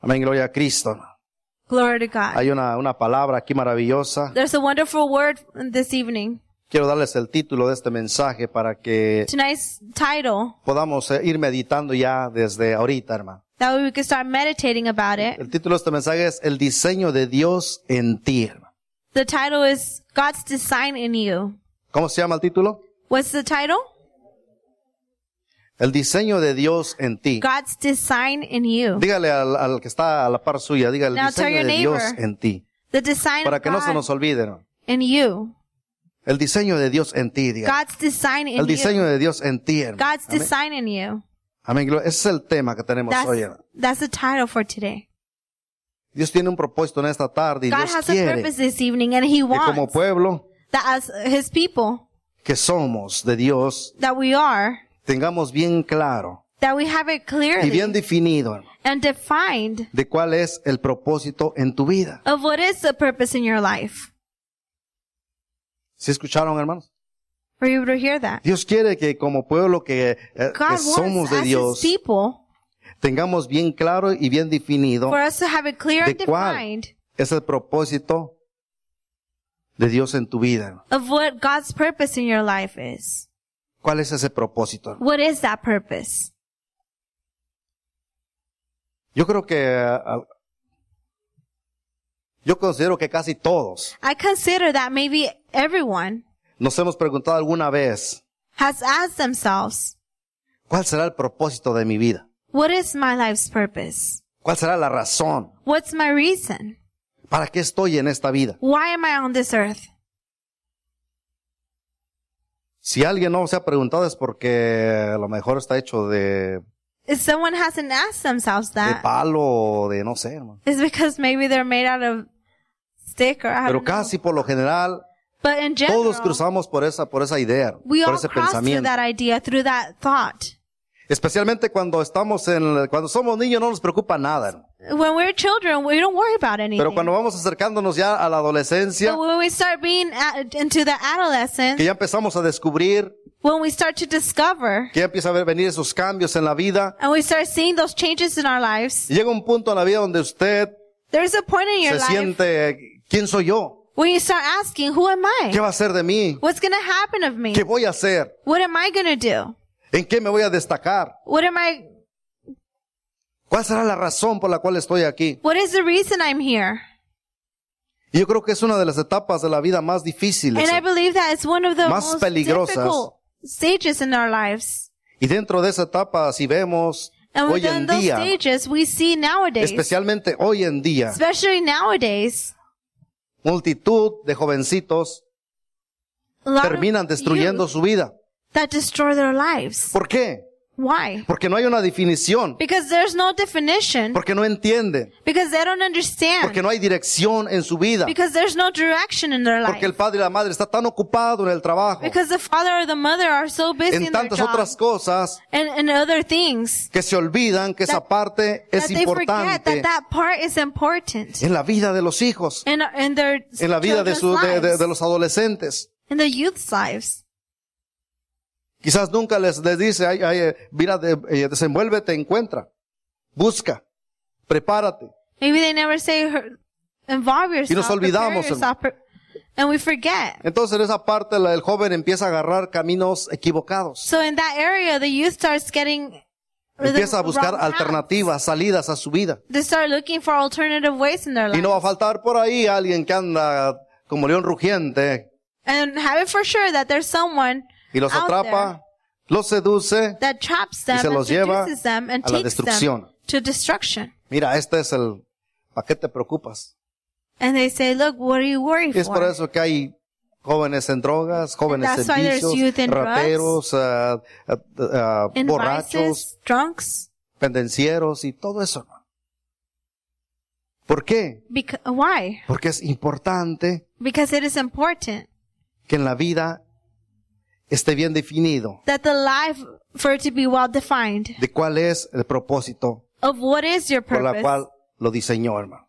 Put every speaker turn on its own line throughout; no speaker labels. Amén, gloria a Cristo.
Glory to God.
Hay una, una palabra aquí maravillosa.
There's a wonderful word this evening.
Quiero darles el título de este mensaje para que
Tonight's title,
podamos eh, ir meditando ya desde ahorita, hermano.
that way we can start meditating about it.
El título de este mensaje es El diseño de Dios en ti, hermano.
The title is God's Design in You.
¿Cómo se llama el título?
What's the title?
El diseño de Dios en ti.
God's Design in You.
Dígale al, al que está a la par suya, diga el
Now tell
diseño
your
de Dios
neighbor.
en ti.
The design
Para
of
que no se
God
nos olvide, hermano.
in you.
El diseño de Dios en ti, diga.
God's design in
El
you.
diseño de Dios en ti, hermano.
God's
Amén.
design in you.
Amén, gloria. Ese es el tema que tenemos
That's,
hoy, hermano.
that's the title for today.
Dios tiene un propósito en esta tarde y
God
Dios
has a
quiere
purpose this evening and He
que como
wants
pueblo
that as His people
que somos de Dios
that we are,
tengamos bien claro
that we have it
y bien
clearly
definido hermano,
and defined
de cuál es el propósito en tu vida.
of what is the purpose in your life.
¿Sí escucharon, hermanos?
Were you able to hear that?
Dios quiere que como pueblo que, eh, que
God
somos
wants
de
us as
Dios
His people
tengamos bien claro y bien definido
for us to have it clear
de
and
cuál
defined
es el propósito de Dios en tu vida. hermano.
of what God's purpose in your life is.
¿Cuál es ese propósito? hermano?
What is that purpose?
Yo creo que eh, al- yo considero que casi todos
I consider that maybe everyone
nos hemos preguntado alguna vez
has asked themselves,
cuál será el propósito de mi vida,
what is my life's purpose?
cuál será la razón
What's my reason?
para qué estoy en esta vida.
Why am I on this earth?
Si alguien no se ha preguntado es porque a lo mejor está hecho de,
If someone hasn't asked themselves
de
that,
palo o de no sé, hermano.
it's because maybe they're made out of stick or I
Pero
don't know.
casi por lo general
But in general,
todos cruzamos por esa por esa idea,
we
por
all
ese
cross through
pensamiento.
that idea, through that thought.
Especialmente cuando estamos en cuando somos niños no nos preocupa nada. hermano.
When we're children, we don't worry about anything.
Pero cuando vamos acercándonos ya a la adolescencia,
But when we start being a- into the adolescence,
que ya empezamos a descubrir,
when we start to discover
que ya empieza a ver venir esos cambios en la vida,
and we start seeing those changes in our lives,
y llega un punto en la vida donde usted
there's a point in your
se
life
siente, eh, ¿quién soy yo?
when you start asking, who am
¿Qué
I?
va a ser de mí?
What's going to happen of me?
¿Qué voy a hacer?
What am I going to do?
¿En qué me voy a destacar?
What am I,
¿Cuál será la razón por la cual estoy aquí?
what is the reason I'm here?
Y yo creo que es una de las etapas de la vida más difíciles.
And I
eh.
believe that it's one of the
Más
most
peligrosas.
difficult stages in our lives.
Y dentro de esa etapa, si vemos
And
hoy
within
en
those
día,
stages, we see nowadays,
especialmente hoy en día,
especially nowadays,
multitud de jovencitos
a lot
terminan
of
destruyendo
youth
su vida.
that destroy their lives.
¿Por qué?
Why?
Porque no hay una definición,
Because there's no definition.
porque no entienden,
Because they don't understand.
porque no hay dirección en su vida,
Because there's no direction in their life.
porque el padre y la madre está tan ocupado en el trabajo,
Because the father or the mother are so busy
en
in their
tantas
job
otras cosas
and, and other things
que se olvidan que esa
That-
parte es
that they forget
importante
that that part is important
en la vida de los hijos,
in, in their
en la vida de,
children's
su- de- de-
lives,
de los adolescentes.
in the youth's lives.
Quizás nunca les, les dice, ay, ay, eh, mira, de- eh, desenvuélvete, encuentra, busca, prepárate.
Maybe they never say, "Her- involve yourself, prepare
olvidamos, hermano.
yourself, pre- and we forget.
Entonces en esa parte la- el joven empieza a agarrar caminos equivocados,
So in that area, the youth starts getting the
empieza a buscar
wrong path.
alternativas, salidas a su vida.
They start looking for alternative ways in their life.
Y no va a faltar por ahí alguien que anda como león rugiente
and have it for sure that there's someone
y los
out
atrapa, los seduce.
there that traps
y
them
se
and
los lleva
seduces them and
a la
takes
destrucción.
them to destruction.
Mira, este es el, ¿para qué te preocupas?
And they say, look, what are you worried
Y es
for?
por eso que hay jóvenes en drogas, jóvenes en
that's why there's youth
vicios,
in drugs,
rateros, ah, ah, ah,
in
borrachos,
vices, drunks.
pendencieros y todo eso. hermano. ¿Por qué?
Because, why?
Porque es importante
Because it is important
que en la vida esté bien definido
that the life, for it to be well defined,
de cuál es el propósito
of what is your
por la
purpose
cual lo diseñó, hermano.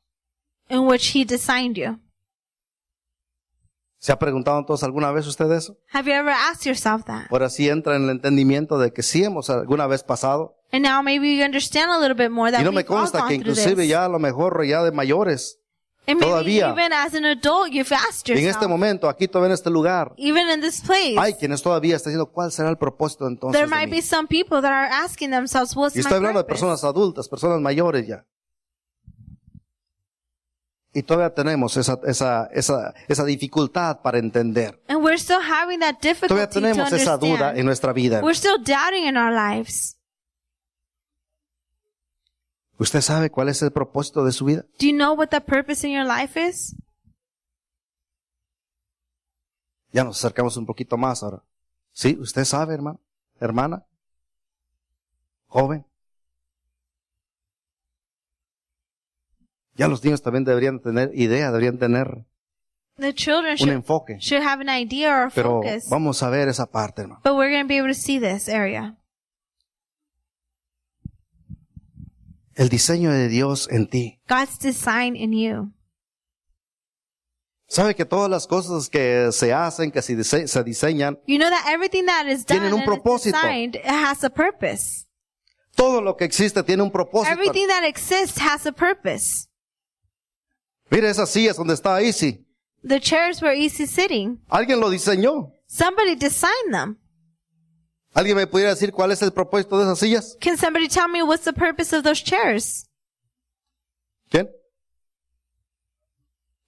in which He designed you.
¿Se ha preguntado entonces alguna vez usted eso?
Have you ever asked yourself that?
Ahora sí entra en el entendimiento de que sí hemos alguna vez pasado.
And now maybe you understand a little bit more that
Y no me
we've all
consta
gone
que
through
inclusive
this.
ya a lo mejor ya de mayores,
And maybe
todavía-
even as an adult, you've asked
en este
yourself,
momento, aquí todavía en este lugar,
even in this place,
hay quienes todavía están diciendo cuál será el propósito entonces.
there
de
might
mí?
be some people that are asking themselves, what's
Y
my
estoy hablando de
purpose?
personas adultas, personas mayores ya. Y todavía tenemos esa, esa, esa, esa dificultad para entender.
And we're still having that difficulty
Todavía
to
tenemos esa duda
understand.
en nuestra vida.
We're still doubting in our lives.
¿Usted sabe cuál es el propósito de su vida?
Do you know what the purpose in your life is?
Ya nos acercamos un poquito más ahora. Sí, usted sabe, hermano, hermana, joven. Ya los niños también deberían tener idea, deberían tener
The children
un
should,
enfoque.
should have an idea or a
Pero
focus.
vamos a ver esa parte, hermano.
But we're going to be able to see this area.
El diseño de Dios en ti.
God's design in you.
Sabe que todas las cosas que se hacen, que se, dise- se diseñan,
You know that everything that is done
Tienen un
and is
propósito.
designed it has a purpose.
todo lo que existe tiene un propósito.
Everything that exists has a purpose.
Mire esas sillas donde está Easy.
The chairs were easy sitting.
Alguien lo diseñó.
Somebody designed them.
¿Alguien me pudiera decir cuál es el propósito de esas sillas?
Can somebody tell me what's the purpose of those chairs?
¿Quién?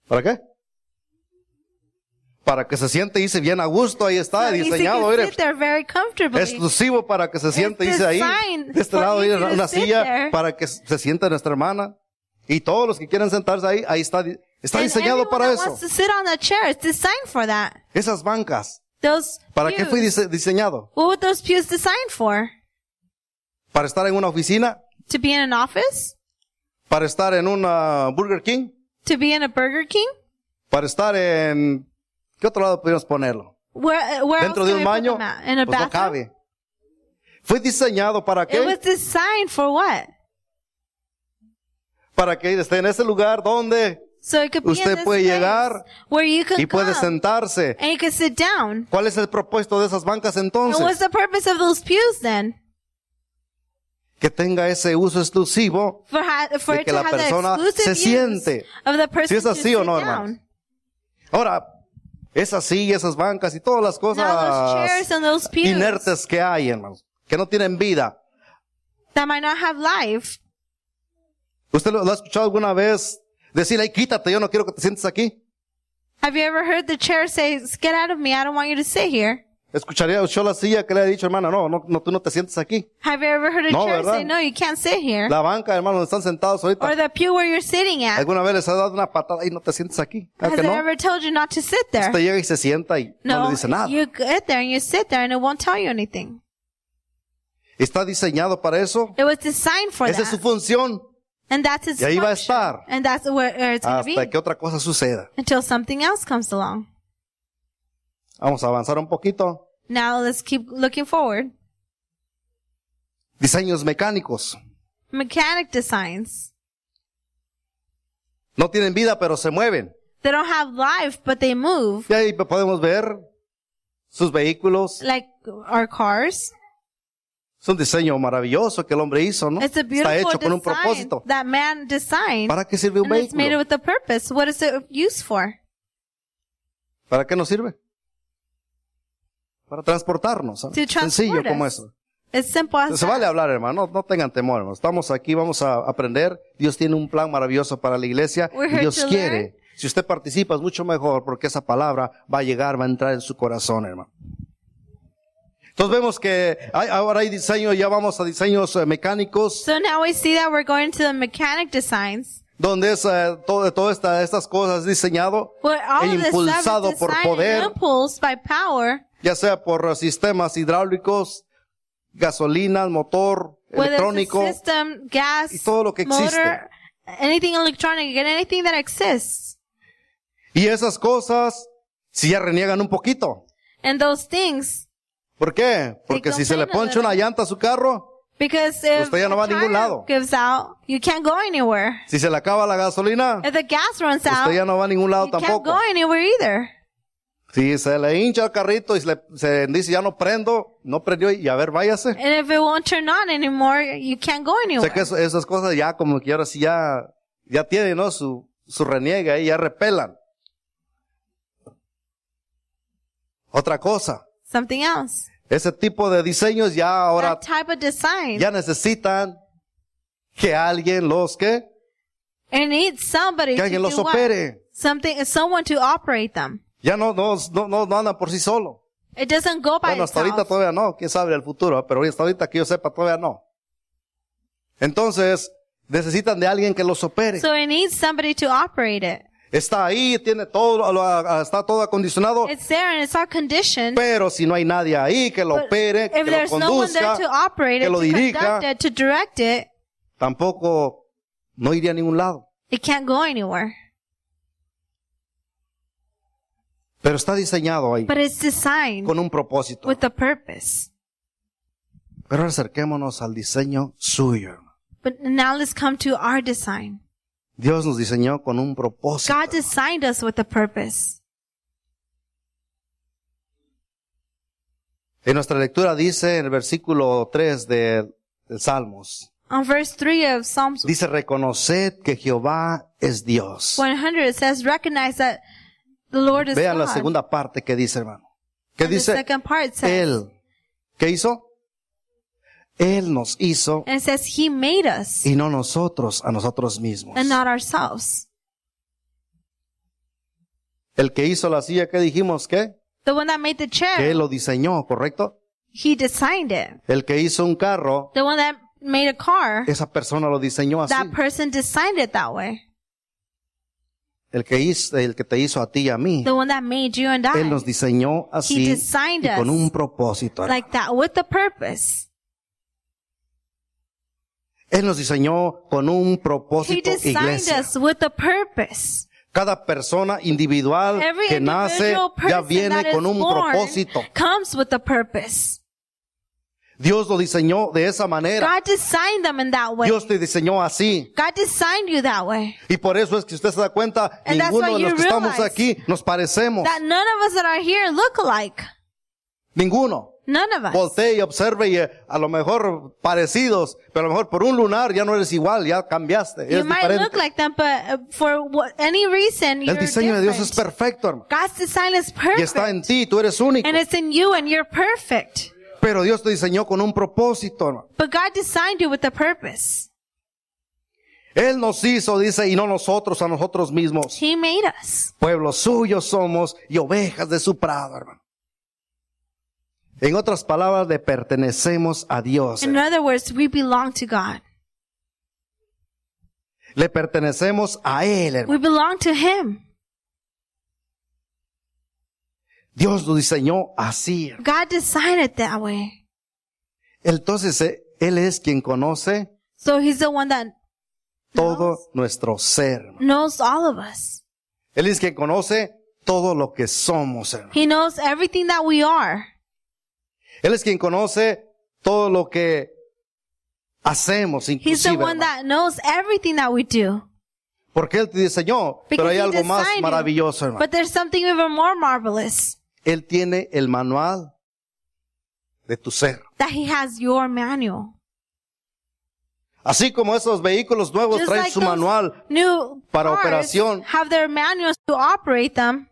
¿Para qué? Para que se siente Easy bien a gusto, ahí está,
So easy to
diseñado, mire,
sit there very comfortably.
exclusivo para que se siente Easy ahí.
designed
De este
Este for
lado hay
Easy
una,
to
una
sit
silla
there.
para que se siente nuestra hermana. Y todos los que quieran sentarse ahí, ahí está, di- está
And
diseñado
everyone
para
that
eso.
wants to sit on that chair, it's designed for that.
Esas bancas,
Those
¿para qué
pews.
fue dise- diseñado?
What were those pews designed for?
¿Para estar en una oficina?
To be in an office?
¿Para estar en una Burger King?
To be in a Burger King?
¿Para estar en... ¿Qué otro lado podríamos ponerlo?
Where, uh, where
dentro
else
de
do
un
we put
baño,
them at? In a
pues no
bathroom?
cabe. Fue diseñado para
It was
qué?
designed for what?
Para que esté en ese lugar donde
So it could be
Usted
in this
puede
place
llegar
where you can
y puede
come
sentarse.
and you can sit down.
¿Cuál es el propósito de esas bancas
And what's
entonces?
the purpose of those pews then?
Que tenga ese uso exclusivo.
For, ha- for
De
it
que
to
la
have the
persona
exclusive
se
use
siente.
of the person
es
to
así o
sit
no,
down.
hermanos? Ahora, esas sillas, esas bancas y todas las
Now those chairs
cosas
and those pews
inertes que hay, hermanos, que no tienen vida.
that might not have life.
¿Usted lo, lo ha escuchado alguna vez decir, ay, quítate, yo no quiero que te sientes aquí?
Have you ever heard the chair say, "Get out of me! I don't want you to sit here"?
¿Escucharía yo la silla que le ha dicho, hermana, no, no, no, tú no te sientes aquí?
Have you ever heard a
No,
chair say,
¿verdad?
"No, you can't sit here"?
La banca, hermano, donde están sentados ahorita.
Or the pew where you're sitting at.
¿Alguna vez les ha dado una patada y no te sientes aquí? ¿A
Ah. Has
que
it
no?
ever told you not to sit there?
Usted llega y se sienta y no, le
No,
dice nada.
you get there and you sit there and it won't tell you anything.
Está diseñado para eso.
It was designed for
Esa es su
that,
función.
and that's its
Y ahí va a
function.
estar.
and that's where, where it's going to
Hasta
be
que otra cosa suceda.
until something else comes along.
Vamos a avanzar un poquito.
Now let's keep looking forward.
Diseños mecánicos.
Mechanic designs.
No tienen vida, pero se mueven.
They don't have life, but they move
Y ahí podemos ver sus vehículos.
like our cars.
Es un diseño maravilloso que el hombre hizo, ¿no?
It's a
Está
beautiful
hecho con un
design
propósito.
that man designed.
¿Para qué sirve un
and it's made
vehículo?
with a purpose. What is it used for?
¿Para qué nos sirve? Para transportarnos. ¿ah?
To transport
Sencillo
us.
como eso.
It's simple as
Se
that.
vale hablar, hermano. No, no tengan temor, hermano. Estamos aquí, vamos a aprender. Dios tiene un plan maravilloso para la iglesia.
We're
Y
here
Dios
to
quiere.
learn.
Si usted participa, es mucho mejor porque esa palabra va a llegar, va a entrar en su corazón, hermano. Entonces vemos que hay- ahora hay diseño, ya vamos a diseños eh, mecánicos,
So now we see that we're going to the mechanic designs.
donde es eh, todo, todas esta- estas cosas diseñado,
Where all
e
of this stuff
impulsado
is
por
designed
poder,
and impulsed by power,
ya sea por eh, sistemas hidráulicos, gasolina, motor,
whether it's
electrónico.
a system, gas,
y todo lo que existe.
motor, anything electronic, and anything that exists.
Y esas cosas, si ya reniegan un poquito.
And those things,
¿Por qué? Porque si se le poncha una llanta a su carro,
because if
Usted ya no va a
the
ningún
tire
lado.
gives out, you can't go anywhere.
si se le acaba la gasolina,
If the gas runs out,
usted ya no va a ningún lado
you can't
tampoco.
go anywhere either.
Si se le hincha el carrito y se, le- se dice ya no prendo, no prendió y a ver, váyase.
And if it won't turn on anymore, you can't go
Sé
anywhere.
que eso- esas cosas ya como que ahora sí ya, ya tienen, ¿no? Su, su reniega y ya repelan. Otra cosa,
Something else.
ese tipo de diseños ya ahora,
that type of design.
ya necesitan que alguien los que,
It needs somebody
que
to
alguien los
do what?
opere.
Something, someone to operate them.
Ya no, no, no, no, no andan por sí solo.
It doesn't go by
Bueno, hasta
itself.
ahorita todavía no, quién sabe el futuro, ¿eh? pero hasta ahorita que yo sepa todavía no. Entonces, necesitan de alguien que los opere.
So it needs somebody to operate it.
Está ahí, tiene todo, lo- está todo acondicionado,
It's there and it's all conditioned.
Oh. pero si no hay nadie ahí que lo
but
opere, que
if
lo
there's no one there
conduzca,
to operate
que
it,
lo
to
dirija,
conduct it, to direct it,
tampoco no iría a ningún lado.
it can't go anywhere.
Pero está diseñado ahí,
But it's designed
con un propósito.
with a purpose.
Pero acerquémonos al diseño suyo. hermano.
But now let's come to our design.
Dios nos diseñó con un propósito.
God designed us with a purpose.
En nuestra lectura dice en el versículo 3 de, de Salmos,
On verse 3 of Psalms
dice, reconoced que Jehová es Dios.
100, it says, recognize that the Lord is
Vean la
God.
segunda parte que dice, hermano. ¿Qué
And the
dice?
second part says,
Él. ¿Qué hizo? Él nos hizo
and it says, He made us
y no nosotros a nosotros mismos.
and not ourselves.
El que hizo la silla, ¿qué dijimos? ¿Qué?
The one that made the chair,
Que él lo diseñó, ¿correcto?
He designed it.
El que hizo un carro,
The one that made a car,
esa persona lo diseñó así.
that person designed it that way.
El que hizo, el que te hizo a ti y a mí,
The one that made you and
él
I,
nos diseñó
He
así
designed
y con
us
un propósito.
like that, with a purpose.
Él nos diseñó con un
He
propósito,
designed
iglesia.
us with a purpose.
Cada persona individual
Every
que nace
individual
ya
person that
viene
is
con un
born
propósito.
comes with a purpose.
Dios lo diseñó de esa manera.
God designed them in that way.
Dios te diseñó así.
God designed you that way.
Y por eso es que usted se da cuenta,
And that's
ninguno
why
de los
you
que estamos
realize
aquí nos parecemos.
That none of us that are here look alike.
Ninguno.
None of us.
Voltee y observe y eh, a lo mejor parecidos, pero a lo mejor por un lunar ya no eres igual, ya cambiaste,
you
eres
might look
diferente.
like them, but uh, for what, any reason, you're
El diseño de Dios es
different.
perfecto, hermano.
God's design is
Y
perfect.
está en ti, tú eres único.
And it's in you, and you're perfect.
Pero Dios te diseñó con un propósito, hermano.
But God designed you with a purpose.
Él nos hizo, dice, y no nosotros, a nosotros mismos.
He made us.
Pueblos suyos somos y ovejas de su prado, hermano. En otras palabras, le pertenecemos a Dios.
In
hermano.
other words, we belong to God.
Le pertenecemos a Él, hermano.
We belong to Him.
Dios lo diseñó así. hermano.
God designed it that way.
Entonces, eh, Él es quien conoce
So He's the one that
todo nuestro ser. hermano.
knows all of us.
Él es quien conoce todo lo que somos. hermano.
He knows everything that we are.
Él es quien conoce todo lo que hacemos,
He's
inclusive.
the one
hermano.
that knows everything that we do.
Porque Él te diseñó, pero
Because
hay
he
algo más
designed you.
maravilloso, hermano.
But there's something even more marvelous
Él tiene el manual de tu ser.
that he has your manual.
Así como esos vehículos nuevos
Just
traen
like
su
those
manual,
new
Para
cars
operación.
have their manuals to operate them.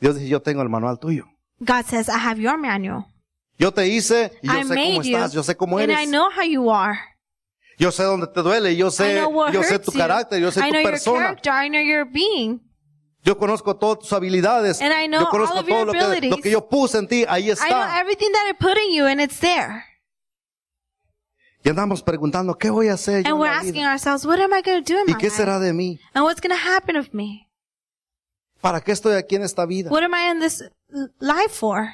Dios dice, yo tengo el manual tuyo.
God says, I have your manual.
Yo te hice y yo
I
sé cómo
made you,
estás, yo sé cómo
and
eres.
I know how you are.
Yo sé dónde te duele, yo
I
sé,
know what
yo sé
hurts
tu
you.
carácter, yo sé
I
tu
know your
persona.
character. I know your being.
Yo conozco todas tus habilidades.
And I know
Yo conozco
all of your
todo lo que,
abilities.
lo que yo puse en ti, ahí
I know
está.
everything that I put in you, and it's there.
Y andamos preguntando, ¿qué voy a hacer yo
And
en
we're
la
asking
vida?
ourselves, what am I going to do in
¿Y
my
qué
life?
será de mí?
And what's going to happen of me?
¿Para qué estoy aquí en esta vida?
What am I in this l- life for?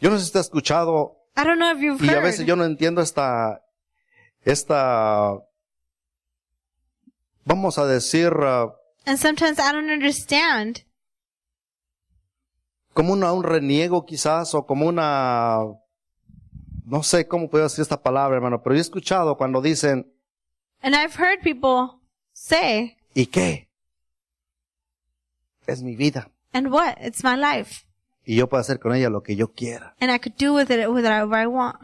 Yo no sé si te has escuchado
I don't know if you've
y a
heard.
veces yo no entiendo esta, esta, vamos a decir, ah,
And sometimes I don't understand.
como una, un reniego quizás, o como una, no sé cómo puedo decir esta palabra, hermano, pero yo he escuchado cuando dicen,
And I've heard people say,
¿y qué? es mi vida.
And what? It's my life.
Y yo puedo hacer con ella lo que yo quiera.
And I could do with it whatever I want.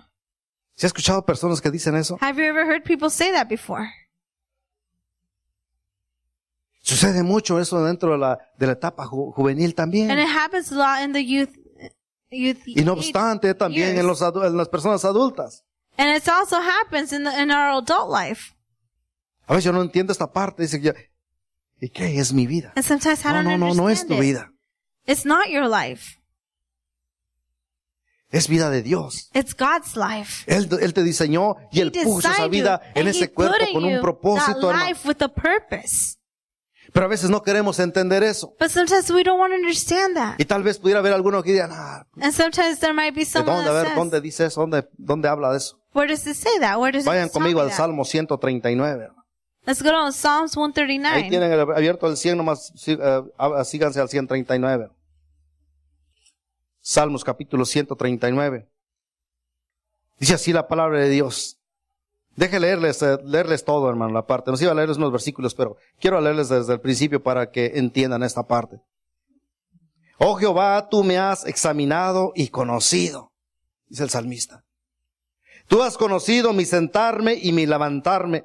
¿Se ha escuchado personas que dicen eso?
Have you ever heard people say that before?
Sucede mucho eso dentro de la, de la etapa ju- juvenil
And
también.
it happens a lot in the youth, youth.
Y no
age.
obstante, también
years.
en, los adu- en las personas adultas.
And it also happens in the, in our adult life.
A veces yo no entiendo esta parte. Dice que yo, ¿y qué es mi vida?
And sometimes I
No, no,
don't
no,
understand
no es tu
it.
vida.
It's not your life.
Es vida de Dios.
It's God's life.
Él, él te diseñó y Él
he
puso esa
designed you,
vida en
and he
ese cuerpo
put in
con un
you that
propósito. hermano.
life with a purpose.
Pero a veces no queremos entender eso.
But sometimes we don't want to understand that.
Y tal vez pudiera haber alguno que diga, "Ah,
And sometimes there might be
¿de
someone
dónde? A ver,
that says,
¿dónde dice eso? ¿Dónde, dónde habla de eso?
where does it say that? Where does
Vayan
it tell me
conmigo al
that?
Salmo 139. hermano.
Let's go to Psalms
Ahí
139.
tienen el- abierto el 100, nomás sí, eh, ah, síganse al 139. Salmos capítulo 139. Dice así la palabra de Dios. Deje leerles, eh, leerles todo, hermano, la parte. Nos iba a leerles unos versículos, pero quiero leerles desde el principio para que entiendan esta parte. Oh Jehová, tú me has examinado y conocido, dice el salmista. Tú has conocido mi sentarme y mi levantarme.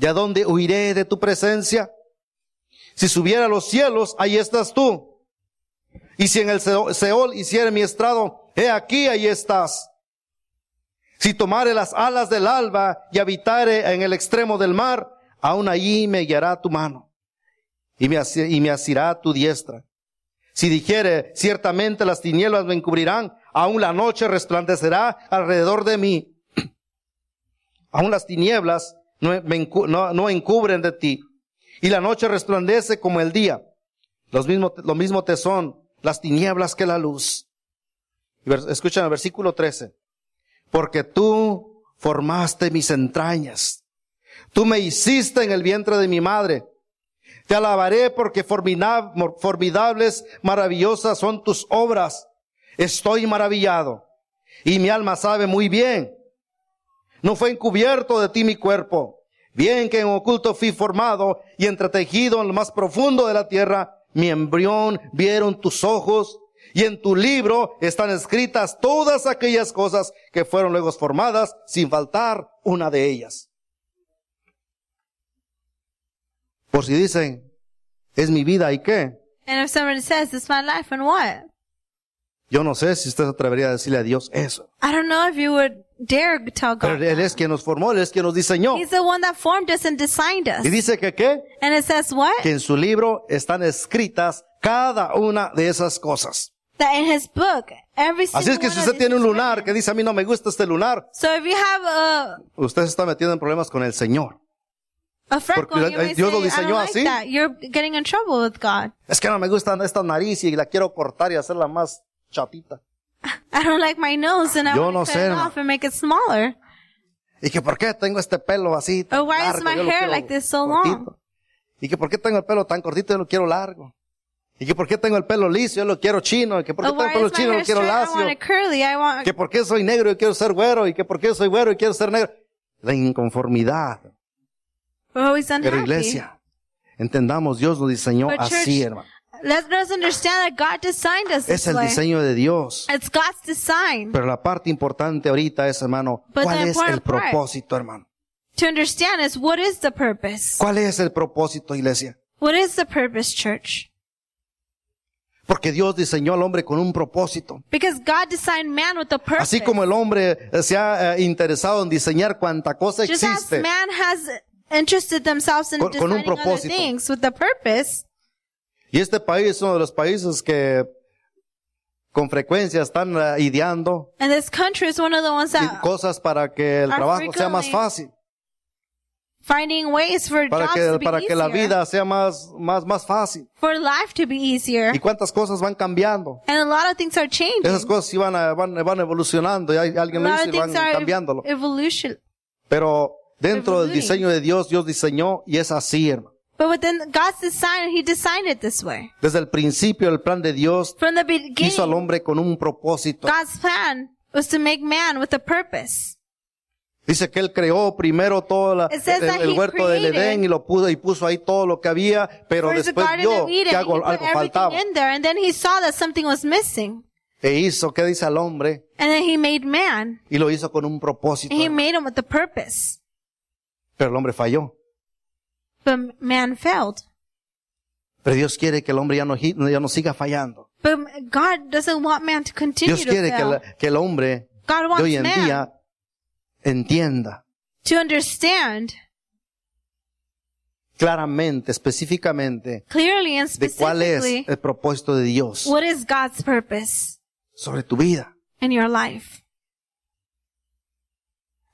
¿Y a dónde huiré de tu presencia? Si subiera a los cielos, ahí estás tú. Y si en el Seo- Seol hiciera mi estrado, he aquí, ahí estás. Si tomare las alas del alba y habitare en el extremo del mar, aún allí me guiará tu mano y me, asi- y me asirá tu diestra. Si dijere, ciertamente las tinieblas me encubrirán, aún la noche resplandecerá alrededor de mí. Aún las tinieblas no, me encu- no- no encubren de ti. Y la noche resplandece como el día. Los mismo, lo mismo te son las tinieblas que la luz. Y vers- Escuchen el versículo 13. Porque tú formaste mis entrañas. Tú me hiciste en el vientre de mi madre. Te alabaré porque formina- mor- formidables, maravillosas son tus obras. Estoy maravillado. Y mi alma sabe muy bien no fue encubierto de ti mi cuerpo. Bien que en oculto fui formado y entretejido en lo más profundo de la tierra, mi embrión vieron tus ojos y en tu libro están escritas todas aquellas cosas que fueron luego formadas sin faltar una de ellas. Por si dicen, es mi vida y qué,
And if somebody says, it's my life and what?
yo no sé si usted se atrevería a decirle a Dios eso.
I don't know if you would dare tell
Pero eh,
God.
Él
that.
es quien nos formó, Él es quien nos diseñó.
He's the one that formed us and designed us.
Y dice que qué,
And it says what?
que en su libro están escritas cada una de esas cosas.
That in his book, every single
Así es que
one
si
of
usted
these
tiene un
is
lunar
written.
que dice a mí no me gusta este lunar,
So if you have a,
usted se está metiendo en problemas con el Señor.
a freckle,
Porque
you may
Dios lo
say, I
diseñó
don't like
así.
that. You're getting in trouble with God.
Es que no me gusta esta nariz y la quiero cortar y hacerla más chatita.
I don't like my nose and I
Yo
want
no
to
sé,
cut it
hermano.
off and make it smaller.
Y que por qué tengo este pelo así tan
Oh, why is
largo,
my
yo lo
hair
quiero
like this so
cortito.
long?
Y que por qué tengo el pelo tan cortito, yo lo quiero largo. Y que por qué tengo el pelo liso, yo lo quiero chino. Y que por qué
Oh,
tengo el
why
pelo
is my
chino, yo lo
hair straight?
quiero
I
lacio.
want it curly. I want,
Que por qué soy negro, yo quiero ser güero. Y que por qué soy güero, y quiero ser negro. La inconformidad.
we're always
Pero
unhappy.
iglesia, entendamos, Dios lo diseñó
But,
así,
church,
hermano.
Let us understand that God designed us
Es
this
el
way.
diseño de Dios.
It's God's design.
Pero la parte importante ahorita es, hermano,
But the
¿cuál es el
important part-
propósito, hermano?
To understand is what is the purpose?
¿Cuál es el propósito, iglesia?
What is the purpose, church?
Porque Dios diseñó al hombre con un propósito.
Because God designed man with a purpose.
Así como el hombre eh, se ha eh, interesado en diseñar cuanta cosa
Just as
existe,
man has interested themselves in
Con- con un
designing other
propósito.
things with a purpose.
y este país es uno de los países que con frecuencia están eh, ideando
And this country is one of the ones
y
that
cosas para que el
Are
trabajo sea más
frequently-
fácil.
Finding ways for
para
jobs
que,
to be
para que
easier.
la vida sea más, más, más fácil.
for life to be easier.
Y cuántas cosas van cambiando.
And a lot of things are changing.
Esas cosas sí van, a- van, van evolucionando y hay-
a
alguien lo
lot
dice
of
y van
things are
cambiándolo.
evolution.
Pero dentro del
evoluting.
diseño de Dios, Dios diseñó y es así, hermano.
But within God's design, He designed it this way.
Desde el principio el plan de Dios
From the
hizo al
beginning,
hombre con un propósito.
God's plan was to make man with a purpose.
Dice que él creó primero todo la-
It says
el,
that
el
he
huerto del
created-
Edén y lo puso y puso ahí todo lo que había, pero
First, the
después
Garden
vio
of Eden,
que algo,
He put
algo
everything
faltaba
in there, and then He saw that something was missing,
e hizo que dice al hombre
and then He made man,
y lo hizo con un propósito,
and He made him with a purpose.
pero el hombre falló.
But man failed.
Pero Dios quiere que el hombre ya no gi- ya no siga fallando.
But God doesn't want man to continue
Dios
to
quiere que,
fail.
la- que el hombre
God
de
wants
hoy en
man
día entienda
to understand
claramente, específicamente,
clearly and
de cuál es
specifically
el propósito de Dios
what is God's purpose
sobre tu vida.
in your life.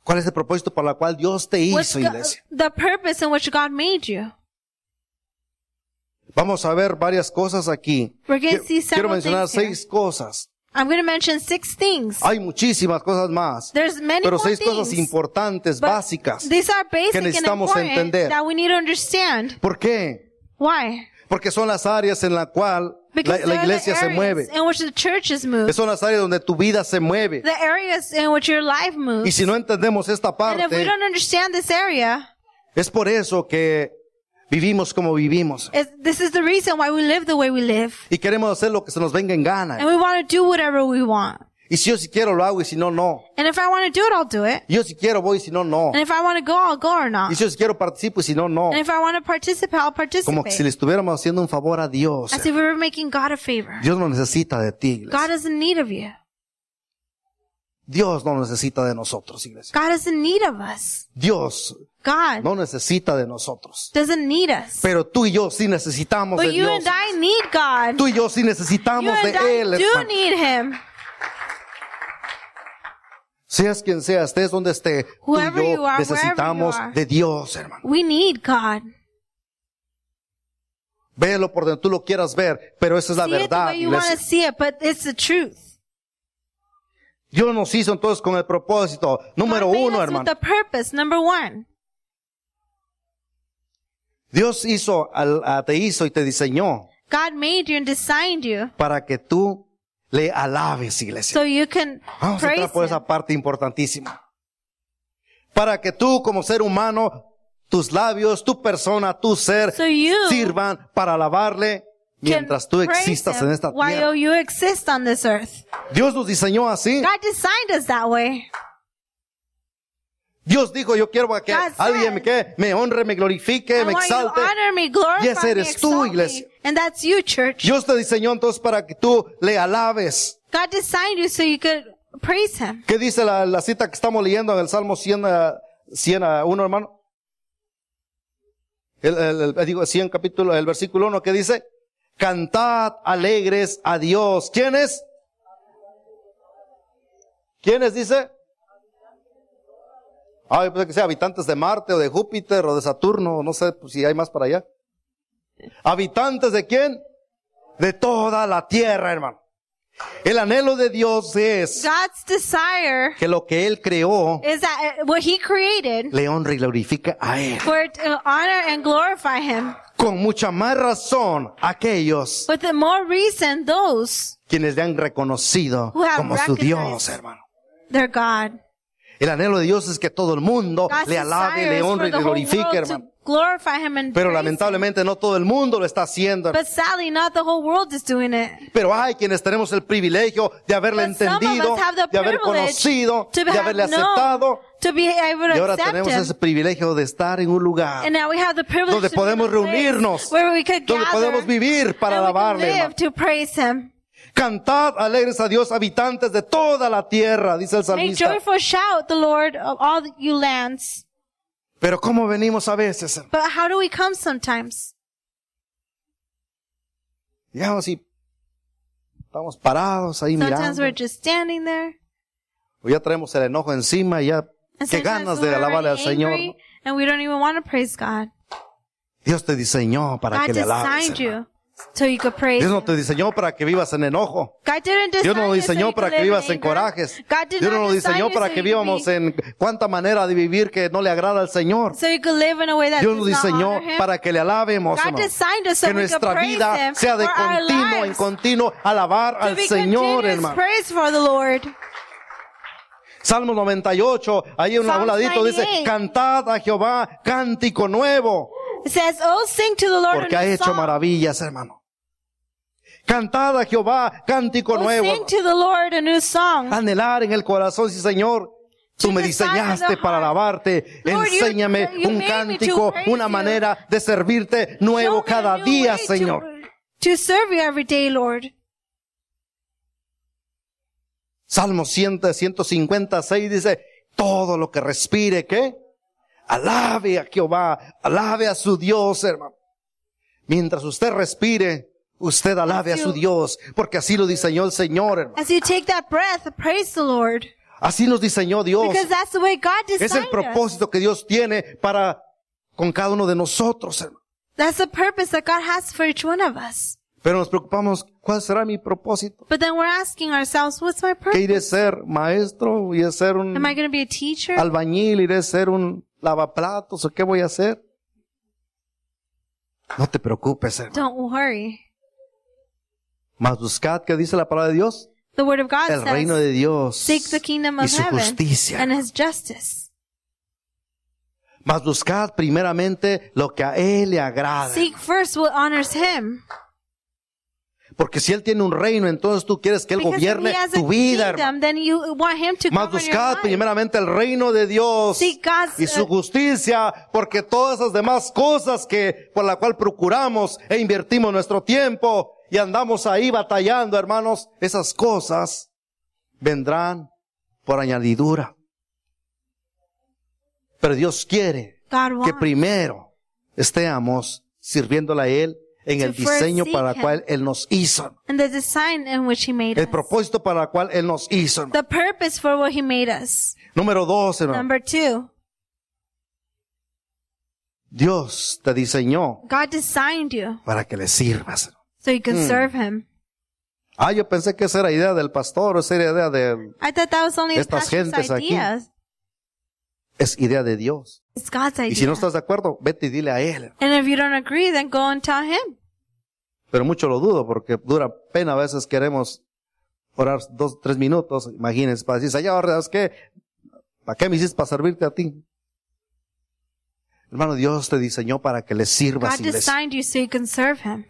¿Cuál es el propósito por la cual Dios te
What's
hizo,
go-
iglesia?
the purpose in which God made you?
Vamos a ver varias cosas aquí.
We're going
Quiero,
to see
quiero
several
mencionar
things here.
seis cosas.
I'm going to mention six things.
Hay muchísimas cosas más,
There's many
pero
more
seis
things,
cosas importantes,
but
básicas.
These are basic and
necesitamos
important
entender.
that we need to understand.
¿Por qué?
Why?
Porque son las áreas en las cuales la,
Because
la
there are
iglesia
the
se
areas
mueve.
in which the churches move,
Son las áreas donde tu vida se mueve.
the areas in which your life
Y
moves.
si no entendemos esta
and if
parte,
we don't understand this area,
es por eso que vivimos como vivimos.
It's, this is the reason why we live the way we live.
Y queremos hacer lo que se nos venga en
And
gana.
we want to do whatever we want.
Y si yo si quiero lo hago y si no, no.
And if I want to do it, I'll do it.
Yo si quiero voy y si no, no.
And if I want to go, I'll go or not.
Y si yo si quiero participo y si no, no.
And if I want to participate, I'll
Como que si le
participate.
estuviéramos haciendo un favor a Dios.
As if we were making God a favor.
Dios no necesita de ti, iglesia.
God is in need of you.
Dios no necesita de nosotros, iglesia.
God is in need of us.
Dios
God
no necesita de nosotros.
doesn't need us.
Pero tú y yo sí necesitamos de
But you
Dios.
and I need God.
Tú y yo sí
You
necesitamos
and
de Él.
I do
hermano.
need Him.
Seas quien seas, estés donde esté, tú
Whoever
y
you
yo
are,
necesitamos
wherever you
de Dios, hermano.
We need God.
Velo por donde tú lo quieras ver, pero esa es la
See it the
verdad.
way you want
iglesia.
to see it, but it's the truth.
Dios nos hizo entonces con el propósito número
God made
uno,
us with
hermano.
the purpose, number one.
Dios hizo, al- a- te hizo y te diseñó
God made you and designed you
para que tú le alabes, iglesia.
so you can
Vamos a
praise
entrar por
Him.
esa parte importantísima. Para que tú como ser humano, tus labios, tu persona, tu ser
So you
sirvan para alabarle
can
mientras tú
praise
existas
Him
en esta tierra.
While you exist on this earth.
Dios nos diseñó así.
God designed us that way.
Dios dijo, yo quiero que
God said,
alguien me, que me honre, me glorifique,
I
me
want you to
exalte.
honor me, glorify
Y ese
me,
eres tú,
exalt
iglesia.
me. And that's you, church.
Dios te diseñó entonces para que tú le alabes.
God designed you so you could praise Him.
¿Qué dice la, la cita que estamos leyendo en el Salmo 100, a- 100 a 1, hermano? El, el- el- digo, 100 capítulo, el versículo 1 que dice, cantad alegres a Dios. ¿Quiénes? ¿Quiénes dice? Ah, yo pensé que sea habitantes de Marte o de Júpiter o de Saturno, no sé pues, si hay más para allá. ¿Habitantes de quién? De toda la tierra, hermano. El anhelo de Dios es
God's desire
que lo que Él creó
is that uh, what He created
le honra y glorifica a Él.
for it to honor and glorify Him.
Con mucha más razón aquellos
With the more reason, those,
quienes le han reconocido
Who have
como su
recognized.
Dios, hermano.
their God.
El anhelo de Dios es que todo el mundo
God's
le alabe,
desire
le
is
honre
for
y
the
le
whole
glorifique,
world to
hermano.
glorify Him
Pero
and praise Him.
lamentablemente no todo el mundo lo está haciendo. hermano.
But sadly, not the whole world is doing it.
Pero hay quienes tenemos el privilegio de haberle
But some of
entendido,
us have the
de haber
privilege
conocido,
to
de
have
haberle
known,
aceptado.
to be able
Y
to
ahora
accept
tenemos
Him.
ese privilegio de estar en un lugar
And now we have the privilege
donde
to be in
podemos
a place
reunirnos,
where we could
donde
gather,
podemos vivir para
and we can
alabarle, hermano.
live to praise Him.
Cantad alegres a Dios, habitantes de toda la tierra, dice el
Make
salmista.
joyful shout the Lord of all you lands.
Pero ¿cómo venimos a veces? hermano?
But how do we come sometimes?
Digamos, si estamos parados ahí
Sometimes
mirando,
we're just standing there.
o ya traemos el enojo encima y ya,
And
qué
sometimes
ganas
we're
de alabarle al
already
Señor.
angry,
¿no?
and we don't even want to praise God.
Dios te diseñó para
God
que le alabes.
designed
hermano.
you so you could praise
Dios no
Him.
te diseñó para que vivas en enojo.
God didn't design
Dios no nos
you so you
diseñó
could
para
live
que
in
vivas en
anger.
corajes.
God did
Dios
not
no nos
design
diseñó
you
para
so
que
you could
vivamos
be-
en cuánta manera de vivir que no le agrada al Señor.
So you could live in a way that
Dios nos
does not
diseñó
honor Him.
para que le alabemos.
God
hermano.
designed us so
Que
we could
nuestra
praise
vida
Him
sea de
for our
continuo, en
lives.
continuo, alabar
To
al
be
Señor,
continuous
hermano.
praise for the Lord.
Salmo 98, ahí en un
Psalms
ladito dice,
98.
cantad a Jehová cántico nuevo,
It says, "Oh, sing to the Lord
porque
a
ha
new
hecho
song.
maravillas, hermano. Cantad a Jehová cántico
Oh,
nuevo.
sing to the Lord a new song.
Anhelar en el corazón, sí, Señor. Tú me
To desire the
diseñaste para
heart.
alabarte.
Lord, you-
Enséñame
you
un
made me to
cántico,
praise
una
you.
manera de servirte nuevo
Show me a
cada
new
día,
way to-
Señor.
To serve you every day, Lord.
Salmo 100, 156 dice, todo lo que respire, ¿qué? Alabe a Jehová, alabe a su Dios, hermano. Mientras usted respire, usted alabe a su Dios, porque así lo diseñó el Señor, hermano.
As you take that breath, praise the Lord.
Así nos diseñó Dios.
Because that's the way God designed
Es el
us.
propósito que Dios tiene para con cada uno de nosotros, hermano.
That's the purpose that God has for each one of us.
Pero nos preocupamos, ¿cuál será mi propósito?
But then we're asking ourselves, what's my
¿Qué
purpose?
iré a ser? ¿Maestro? ¿Iré a ser
Am I
un
going to be a teacher?
albañil? ¿Iré a ser un lavaplatos? ¿O qué voy a hacer? No te preocupes, hermano.
Don't worry.
Mas buscad, que dice la palabra de Dios?
The word of God
El reino
says,
de Dios
seek the kingdom
y
of
su
heaven
justicia.
and his justice.
Mas buscad primeramente lo que a Él le agrada.
Seek first what honors him.
Porque si Él tiene un reino, entonces tú quieres que Él
Because if he
gobierne
has a
tu vida, hermano.
kingdom, then you want him to
Mas
govern your
buscad
life.
primeramente el reino de Dios
Seek God's,
y su
uh,
justicia, porque todas esas demás cosas que por la cual procuramos e invertimos nuestro tiempo y andamos ahí batallando, hermanos, esas cosas vendrán por añadidura. Pero Dios quiere
God
que
wants.
primero estemos sirviéndole a Él en
To
el
first
diseño
seek
para el
Him.
cual Él nos hizo,
and the design in which he made
el
us.
propósito para el cual Él nos hizo. hermano.
The purpose for what he made us.
Número dos, hermano.
Number two,
Dios te diseñó
God designed you
para que le sirvas.
so you
Hmm.
can serve him.
Ah, yo pensé que esa era idea del pastor, esa era idea de,
I thought that was only a
Estas
pastor's
gentes aquí.
idea.
es idea de Dios.
It's God's
Y
idea.
si no estás de acuerdo, vete y dile a él.
and if you don't agree, then go and tell him.
Pero mucho lo dudo porque dura pena a veces queremos orar dos, tres minutos, imagínense, para decir, Señor, ¿sabes qué? ¿Para qué me hiciste para servirte a ti? Hermano, Dios te diseñó para que le sirvas
God
y les...
designed you so you can serve him.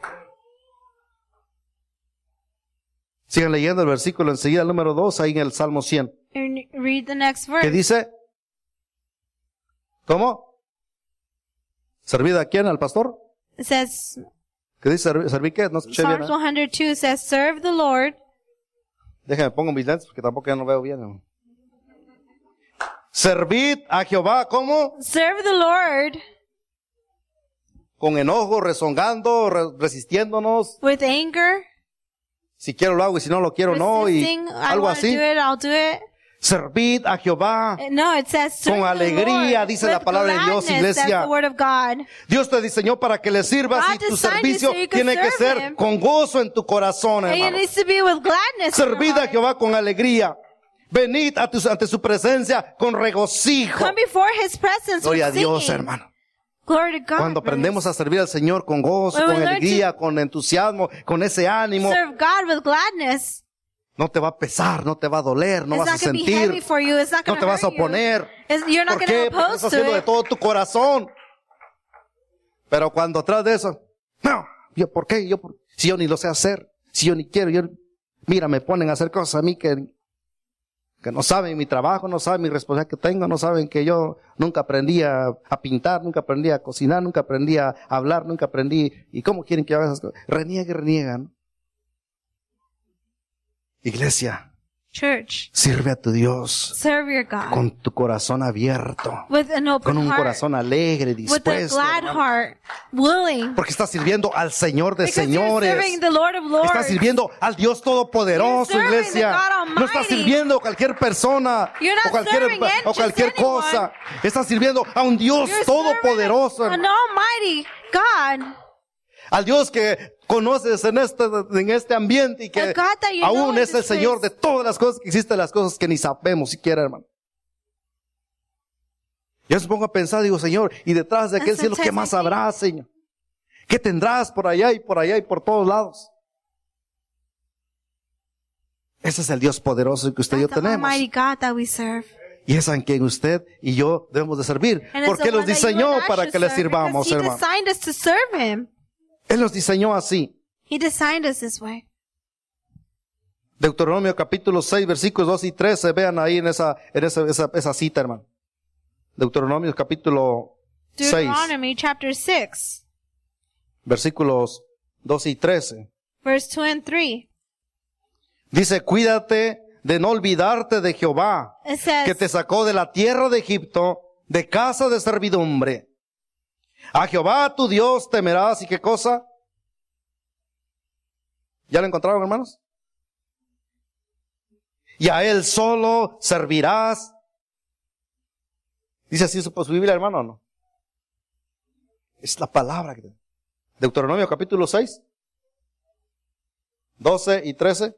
Sigan leyendo el versículo enseguida, el número dos, ahí en el Salmo 100.
And read the next
¿Qué
verse.
dice? ¿Cómo? ¿Servida a quién? ¿Al pastor?
It says,
¿Qué dice? ¿Serví, serví qué? No escuché bien.
Psalms
¿eh?
102 says, serve the Lord.
Déjame, pongo mis lentes porque tampoco ya no veo bien. hermano. Servid a Jehová, ¿cómo?
Serve the Lord
Con enojo, rezongando, re- resistiéndonos.
with anger.
Si quiero lo hago y si no lo quiero no. Y
resisting, I
algo
wanna
así.
do it, I'll do it. Eh,
Servid a Jehová.
No, it says serve
Con
the
alegría,
Lord
dice la
with
palabra de Dios,
gladness,
iglesia.
That's the word of God.
Dios te diseñó para que le sirvas
God
y tu
designed you
servicio
so you can
tiene que
serve
ser
him.
con gozo en tu corazón,
And it
hermano.
needs to be with gladness. in your
Servid a
heart.
Jehová con alegría. Venid a tu- ante su presencia con regocijo.
Come before His presence
Gloria a
with
Dios,
singing.
hermano.
Glory to God.
Cuando aprendemos
brothers.
a servir al Señor con gozo,
When we
con
learn
alegría, con entusiasmo, con ese ánimo,
serve God with gladness,
no te va a pesar, no te va a doler, no
it's
vas a
not going to be heavy
sentir,
for you. It's not
no
going
te
to
vas a
hurt you.
oponer.
It's- You're not
¿Por
going to
qué? Porque
oppose
estás
to
haciendo de
it.
todo tu corazón. Pero cuando atrás de eso, no, yo por qué, yo por- si yo ni lo sé hacer, si yo ni quiero, yo, mira, me ponen a hacer cosas a mí que, que no saben mi trabajo, no saben mi responsabilidad que tengo, no saben que yo nunca aprendí a, a pintar, nunca aprendí a cocinar, nunca aprendí a hablar, nunca aprendí, y cómo quieren que yo haga esas cosas. Reniegue, reniegan. Iglesia,
Church,
Sirve a tu Dios
serve your God
con tu corazón abierto,
with an open
con un
heart,
corazón alegre,
with a
dispuesto.
glad heart, willing,
Porque estás sirviendo al Señor de
because you're
señores.
serving the Lord of Lords.
Estás sirviendo al Dios Todopoderoso,
You're serving
iglesia.
the God
No estás
Almighty.
sirviendo a cualquier persona
You're not
o cualquier,
serving it,
o cualquier
just anyone.
cosa. Estás sirviendo a un Dios
You're
Todopoderoso,
serving an Almighty God,
al Dios que conoces en este, en este ambiente y
A
que
God that you know
aún
in
es el
this
Señor de
place.
todas las cosas que existen, las cosas que ni sabemos siquiera, hermano. Yo me pongo a pensar, digo, Señor, y detrás de
And
aquel cielo, ¿qué
sometimes I
más
think-
habrá, Señor? ¿Qué tendrás por allá y por allá y por todos lados? Ese es el Dios poderoso que usted y yo
the
tenemos.
Almighty God that we serve.
Y es a quien usted y yo debemos de servir.
And it's
Porque
the
Él nos
one that you and
diseñó
I
para
should
que le
serve, because
sirvamos,
He
hermano.
designed us to serve Him.
Él nos diseñó así.
He designed us this way.
Deuteronomio capítulo 6, versículos 2 y 13, vean ahí en esa, en esa, esa, esa cita, hermano. Deuteronomio capítulo 6,
Deuteronomy chapter 6,
versículos 2 y 13.
verse 2 and 3.
Dice, cuídate de no olvidarte de Jehová,
It says,
que te sacó de la tierra de Egipto, de casa de servidumbre. A Jehová tu Dios temerás y qué cosa. ¿Ya lo encontraron, hermanos? Y a Él solo servirás. ¿Dice así su pues, su Biblia, hermano, o no? Es la palabra que tenemos. Deuteronomio capítulo 6, 12 y 13.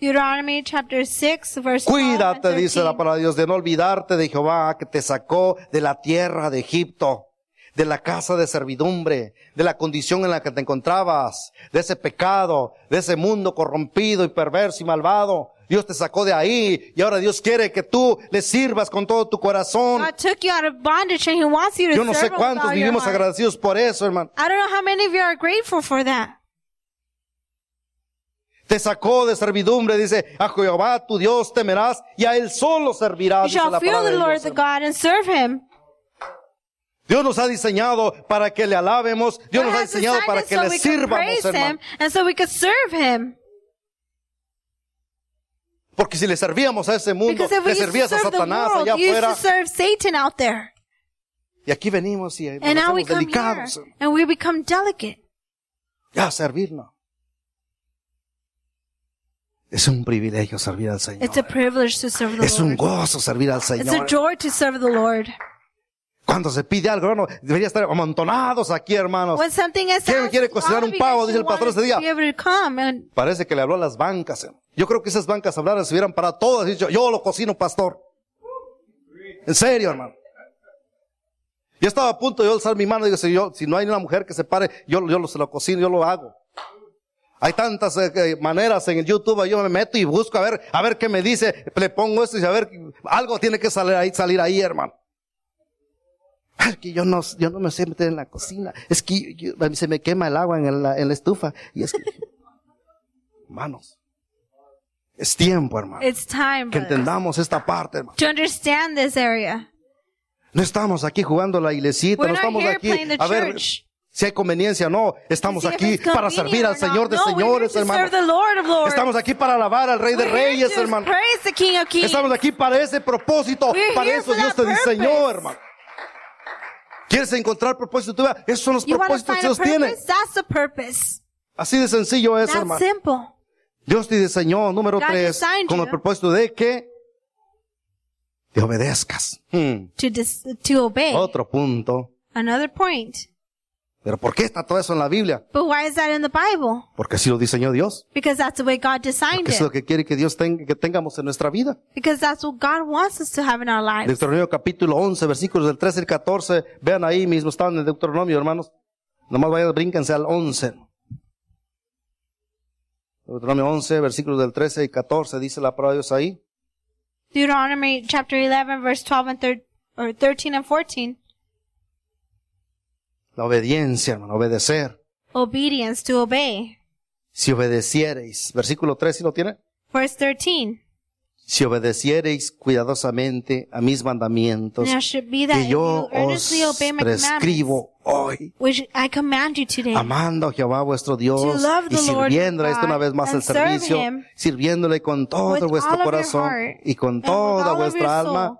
Deuteronomy chapter 6, verse 12 and
Cuídate, dice la
13.
palabra de Dios, de no olvidarte de Jehová que te sacó de la tierra de Egipto, de la casa de servidumbre, de la condición en la que te encontrabas, de ese pecado, de ese mundo corrompido y perverso y malvado. Dios te sacó de ahí y ahora Dios quiere que tú le sirvas con todo tu corazón.
God took you out of bondage and He wants you to
Yo no sé
serve Him with
cuántos
all your
vivimos
heart.
agradecidos por eso, hermano.
I don't know how many of you are grateful for that.
Te sacó de servidumbre, dice, a Jehová tu Dios temerás y a Él solo servirás. Ah, dice
You shall
la
fear
palabra
the
de
Lord
Dios,
the
hermano.
God and serve Him.
Dios nos ha diseñado para que le alabemos. Dios
God
nos ha
has
diseñado
designed
para
us
que
so
le
we can
sirvamos,
praise
hermano.
Him and so we could serve Him.
Porque si le servíamos a ese mundo,
Because if
le
we used to
servías a
serve the
Satanás allá
world, you used
afuera.
to serve Satan out there.
Y aquí venimos y nos
And now we
hacemos
come here
delicados
and we become delicate.
a servirnos. Es un privilegio servir al Señor.
It's a privilege to serve the
Es un
Lord.
gozo servir al
It's a
Señor.
joy to serve the Lord.
Cuando se pide algo, hermano, debería estar amontonados aquí, hermanos.
When something is
¿Quién
asked,
quiere
all
cocinar
of
un
you
pavo?
guys
Dice el
want
pastor ese día.
to be able to come and
Parece que le habló a las bancas. hermano. Yo creo que esas bancas hablaras se hubieran parado todas y dicho, yo lo cocino, pastor. En serio, hermano. Yo estaba a punto de yo alzar mi mano y digo, si, yo, si no hay una mujer que se pare, yo, yo lo, se lo cocino, yo lo hago. Hay tantas eh, eh, maneras en el YouTube, yo me meto y busco a ver, a ver qué me dice, le pongo esto y a ver, algo tiene que salir ahí, salir ahí, hermano. Ay, que yo no, yo no me sé meter en la cocina, es que yo- yo- se me quema el agua en la, en la estufa, y es que, hermanos, es tiempo, hermano,
It's time
que
brothers,
entendamos esta parte, hermano.
to understand this area.
No estamos aquí jugando a la iglesita,
We're
no
not
estamos
here
aquí
playing the
a ver
church.
si hay conveniencia, no. Estamos
to see if
aquí
it's
para
convenient
servir
or
al Señor
not.
de
no, we're here
señores,
to
hermano.
serve the Lord of Lords.
Estamos aquí para alabar al Rey de
We're here
Reyes,
to
hermano.
Praise the King of Kings.
Estamos aquí para ese propósito,
We're
para
here
eso
for
Dios
that
te diseñó,
purpose.
hermano. ¿Quieres encontrar propósito en tu vida? Esos son los
You want to
propósitos que
find a
Dios tiene.
purpose? That's the purpose.
Así de sencillo es,
That's
hermano.
simple.
Dios te diseñó, número
God
tres,
designed
con
you.
el propósito de que te obedezcas. Hmm,
To, dis- to obey.
Otro punto.
Another point.
Pero ¿por qué está todo eso en la Biblia?
But why is that in the Bible?
Porque así lo diseñó Dios.
Because that's the way God designed
Que es lo
it.
que quiere que Dios tenga, que tengamos en nuestra vida.
Because that's what God wants us to have in our lives.
Deuteronomio capítulo 11, versículos del 13 al 14. Vean ahí mismo, están en el Deuteronomio, hermanos. Nomás vayan, brínquense al 11. Deuteronomio 11, versículos del 13 y 14, dice la palabra de Dios ahí.
Deuteronomy chapter 11, verse 12 and thir- or 13 and 14.
La obediencia, hermano, obedecer.
Obedience to obey.
Si obedeciereis. Versículo 3, ¿sí lo tiene?
Verse 13.
si obedeciereis cuidadosamente a mis mandamientos
Now should be that
que
if
yo
you
os
earnestly obey my commandments,
prescribo hoy,
which I command you today,
amando a Jehová vuestro Dios
Eh, love
y
the Lord
sirviéndole
your
esto una
God
vez más el
and serve
servicio,
him
sirviéndole con
with
todo
all
vuestro
of your
corazón
heart
y con
and with all
toda
of your
vuestra alma.
soul.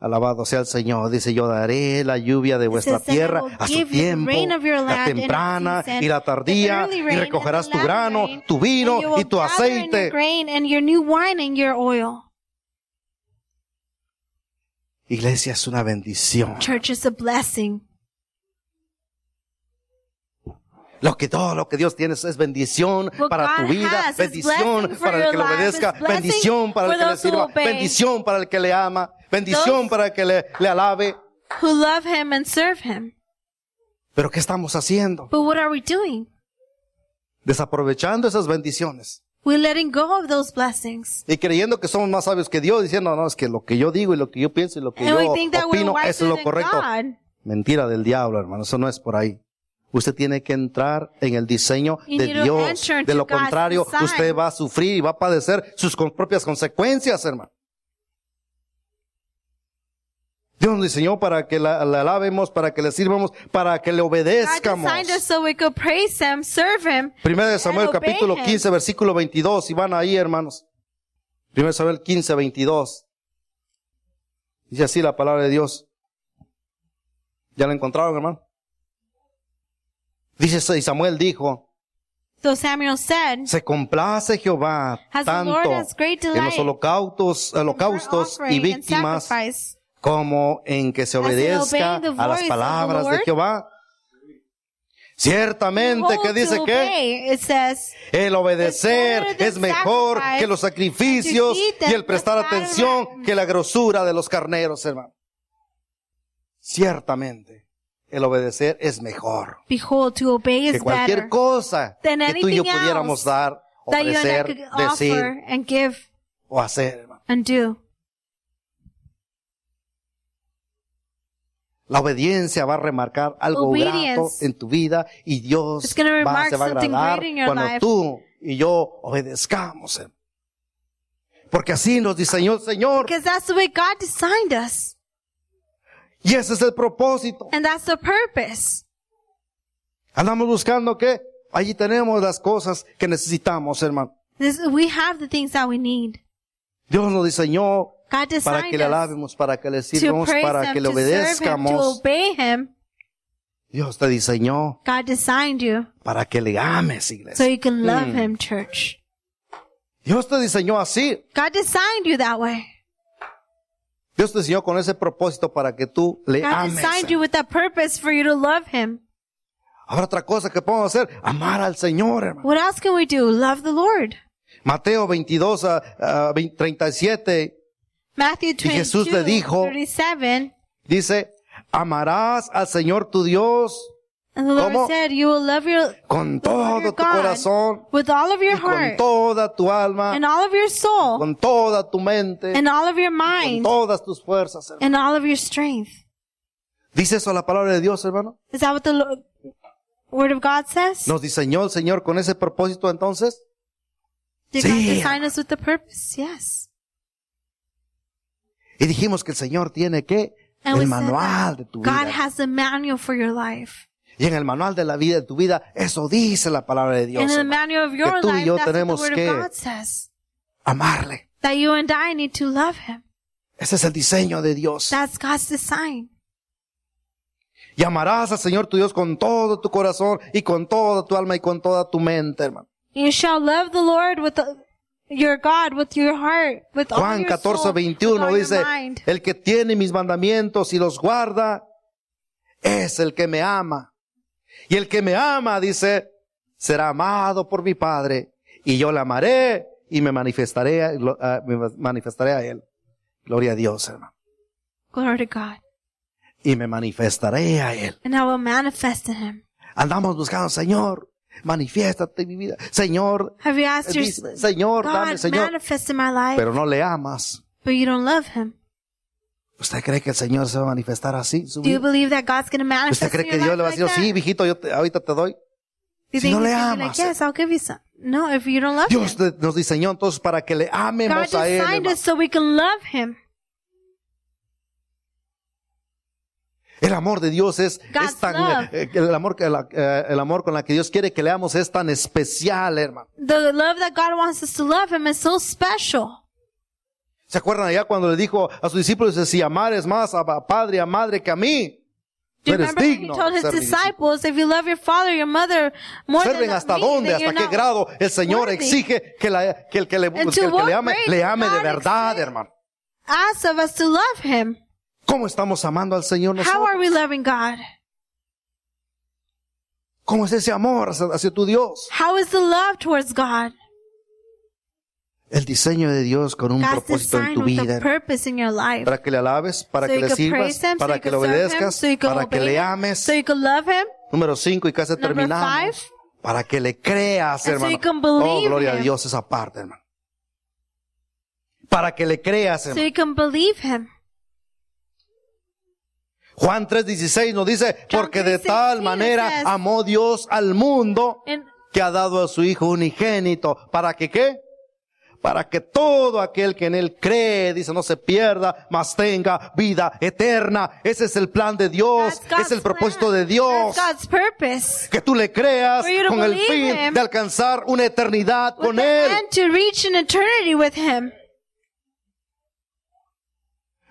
Alabado sea el Señor, dice yo daré la lluvia de vuestra
says, "Then I
tierra
will
a su
give you the
tiempo,
rain of your
la
land in its
temprana
season,
y la
the
tardía,
early
y
rain
recogerás
and
tu
the latter
grano,
rain,
tu
and you
vino
will
y tu
gather in your
aceite.
grain and your new wine and your oil.
Iglesia es una bendición.
Church is a blessing.
Lo que todo lo que Dios tiene es bendición
What
para tu
God
vida,
has is
bendición
blessing for
para el que le
your life,
obedezca,
is blessing
bendición para el
for
que le
those who
sirva,
obey.
bendición para el que le ama, bendición
Those-
para el que le, le alabe.
Who love Him and serve Him.
Pero ¿qué estamos haciendo?
But what are we doing?
Desaprovechando esas bendiciones
We're letting go of those blessings.
y creyendo que somos más sabios que Dios, diciendo, no, es que lo que yo digo y lo que yo pienso y lo que
And we
yo
think that we're
opino es
wiser
lo
than
correcto.
God.
Mentira del diablo, hermano, eso no es por ahí. Usted tiene que entrar en el diseño
You
de
need to
Dios.
enter into
De lo
God's
contrario,
design.
usted va a sufrir y va a padecer sus con- propias consecuencias, hermano. Dios nos diseñó para que la, la alabemos, para que le sirvamos, para que le
God
obedezcamos.
designed us so we could praise Him, serve Him.
Primera de Samuel
and obey
capítulo
him.
15, versículo 22, y van ahí, hermanos. Primera de Samuel 15, 22. Dice así la palabra de Dios. ¿Ya lo encontraron, hermano? Dice, y Samuel dijo,
So Samuel said,
se complace Jehová
Has the
tanto
Lord has great
en los
delight
holocaustos, holocaustos
burnt
y
offering and
víctimas
sacrifice,
como en que se
As in
obedezca
obeying the
a las
voice of
palabras
the
de
Lord.
Jehová. Ciertamente
Behold,
que dice
to
que
obey, It says,
El obedecer
The better the
es mejor
sacrifice
que los sacrificios
to eat
y
and
el prestar
prepare
atención
them.
que la grosura de los carneros, hermano. Ciertamente, el obedecer es mejor
Behold, to obey
que
is
cualquier
better
cosa
than
que tú y yo
anything
pudiéramos
else
dar,
that you and I could
ofrecer, decir
offer and give
o hacer. hermano.
and do.
La obediencia va a remarcar algo
Obedience.
grato en tu vida y Dios
It's gonna
va,
remark
se va a
something
agradar
great in your
cuando
life.
tú y yo obedezcamos. hermano. Porque así nos diseñó el Señor
Because that's the way God designed us.
y ese es el propósito.
And that's the purpose.
Andamos buscando que allí tenemos las cosas que necesitamos, hermano.
This, we have the things that we need.
Dios nos diseñó
God
para que
designed
le
us
alabemos, para que le
to
sirvamos,
praise
para que
Him,
le
to serve Him, to
obedezcamos.
obey Him.
Dios te diseñó
God designed you
para que le ames,
so
iglesia.
you can love Him, church.
Dios te diseñó así.
God designed you that way.
Dios te diseñó con ese propósito para que tú le
God
ames.
designed you with that purpose for you to love Him.
Ahora otra cosa que podemos hacer, amar al Señor, hermano.
What else can we do? Love the Lord.
Mateo ah, 22 a, a 20, 37
Matthew 22,
Jesús le dijo,
37.
dice, amarás al Señor tu Dios
And the Lord
¿Cómo?
said, you will love your,
con
the Lord
todo
your
tu
God
corazón
with all of
y
your
con
heart
toda tu alma,
and all of your soul
con toda tu mente,
and all of your
con
mind
todas tus fuerzas. hermano.
and all of your strength.
¿Dice eso la palabra de Dios, hermano?
Is that what the Lo- Word of God says?
¿Nos diseñó el Señor con ese propósito entonces?
Did
Sí.
God design us with the purpose? Yes.
Y dijimos que el Señor tiene que el
And we said
manual
that
de tu
God
vida.
has a manual for your life.
Y en el manual de la vida de tu vida, eso dice la palabra de Dios.
and in the
hermano.
manual of your
que tú y
life,
yo
that's what the
tenemos
Word
que-
of God says.
Amarle.
That you and I need to love Him.
Ese es el diseño de Dios.
That's God's design.
Y amarás al Señor tu Dios con todo tu corazón y con toda tu alma y con toda tu mente, hermano.
You shall love the Lord with the- your God, with your heart, with all
Juan
your
14,
soul, with
21
all your
dice,
mind.
el que tiene mis mandamientos y los guarda es el que me ama. Y el que me ama, dice, será amado por mi Padre y yo le amaré y me manifestaré, a- lo- a- me manifestaré a él. Gloria a Dios, hermano.
Glory to God.
Y me manifestaré a él.
And I will manifest in Him.
Andamos buscando, Señor, manifiéstate en mi vida. Señor,
Have you asked your
dísme, Señor, dame,
God
Señor.
manifest in my life,
Pero no le amas.
but you don't love Him?
¿Usted cree que el Señor se va a manifestar así? en su
Do you
vida?
believe that God's going to
¿Usted
manifest
cree
in
que
your
Dios
life
le va a
like
decir, sí,
that?
viejito, yo te- ahorita te doy?
Do
si
you think
no
He's
le
gonna be
amas?
like, yes, I'll give you some? No, if you don't love
Dios
him.
de- nos diseñó entonces para que le
God
amemos a Él.
designed
hermano.
us so we can love him.
El amor de Dios es,
God's
es tan,
love.
eh, el amor, que la- eh, el amor con la que Dios quiere que leamos es tan especial, hermano.
The love that God wants us to love him is so special.
¿Se acuerdan allá cuando le dijo a sus discípulos, si amares más a pa- padre, a madre que a mí,
Do
tú
you
eres
remember when he
digno
told
de
his
ser mi discípulo"?
disciples, if you love your father, your mother more
Observen
than
hasta
me,
dónde,
then
hasta
you're
qué
not-
grado el Señor
worthy.
exige que, la- que el que le, que el
And to
que
what
le ame,
grade
le ame de
God
verdad,
exige-
hermano.
Ask of us to love him.
¿Cómo estamos amando al Señor
How
nosotros?
are we loving God?
¿Cómo es ese amor hacia, hacia tu Dios?
How is the love towards God?
El diseño de Dios con un
God's
propósito en
design
tu
with
vida,
a
hermano.
purpose in your life.
para que le alabes, para
So
que
you
le
can
sirvas,
praise him, so
para
you
que
can
le
serve him,
obedezcas,
so you can
para que
obey
le
him,
ames.
so you can love him,
Número 5 y casi
Number
terminamos.
five.
Para que le creas,
And so
hermano.
you can
oh,
believe
gloria a
him.
Dios esa parte, hermano. Para que le creas,
so
hermano.
you can believe him.
Juan 3:16 nos dice,
John
porque de
3:16
tal manera
says-
amó Dios al mundo
And
que ha dado a su Hijo unigénito. ¿Para que qué? Para que todo aquel que en Él cree, dice, no se pierda, mas tenga vida eterna. Ese es el plan de Dios,
that's God's
es el propósito
plan.
de Dios.
That's God's purpose.
que tú le creas
For you to
con el
believe
fin
him.
de alcanzar una eternidad
With
con
the
Él,
end to reach an eternity with him.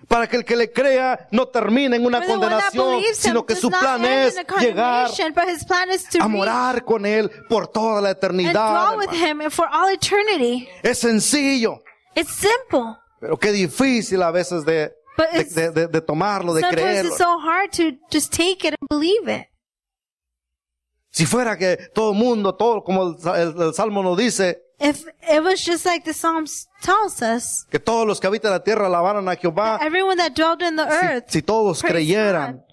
para que el que le crea no termine en una
For the one that
condenación,
believes him
sino que
does
su
not
plan
end
es
in a
llegar
condemnation, but his plan is to
a
reach
morar con Él por toda la
and
eternidad.
dwell with
hermano.
him and for all eternity.
Es sencillo,
It's simple.
pero qué difícil a veces de,
But
de,
it's-
de- de- de tomarlo, de
Sometimes
creerlo.
it's so hard to just take it and believe it.
Si fuera que todo el mundo, todo como el, el- el Salmo nos dice,
If it was just like the Psalms tells us,
que todos los que habitan la tierra alabaran a Jehová,
everyone that dwelt in the
Ah. si,
earth,
si todos
praise
creyeran
God.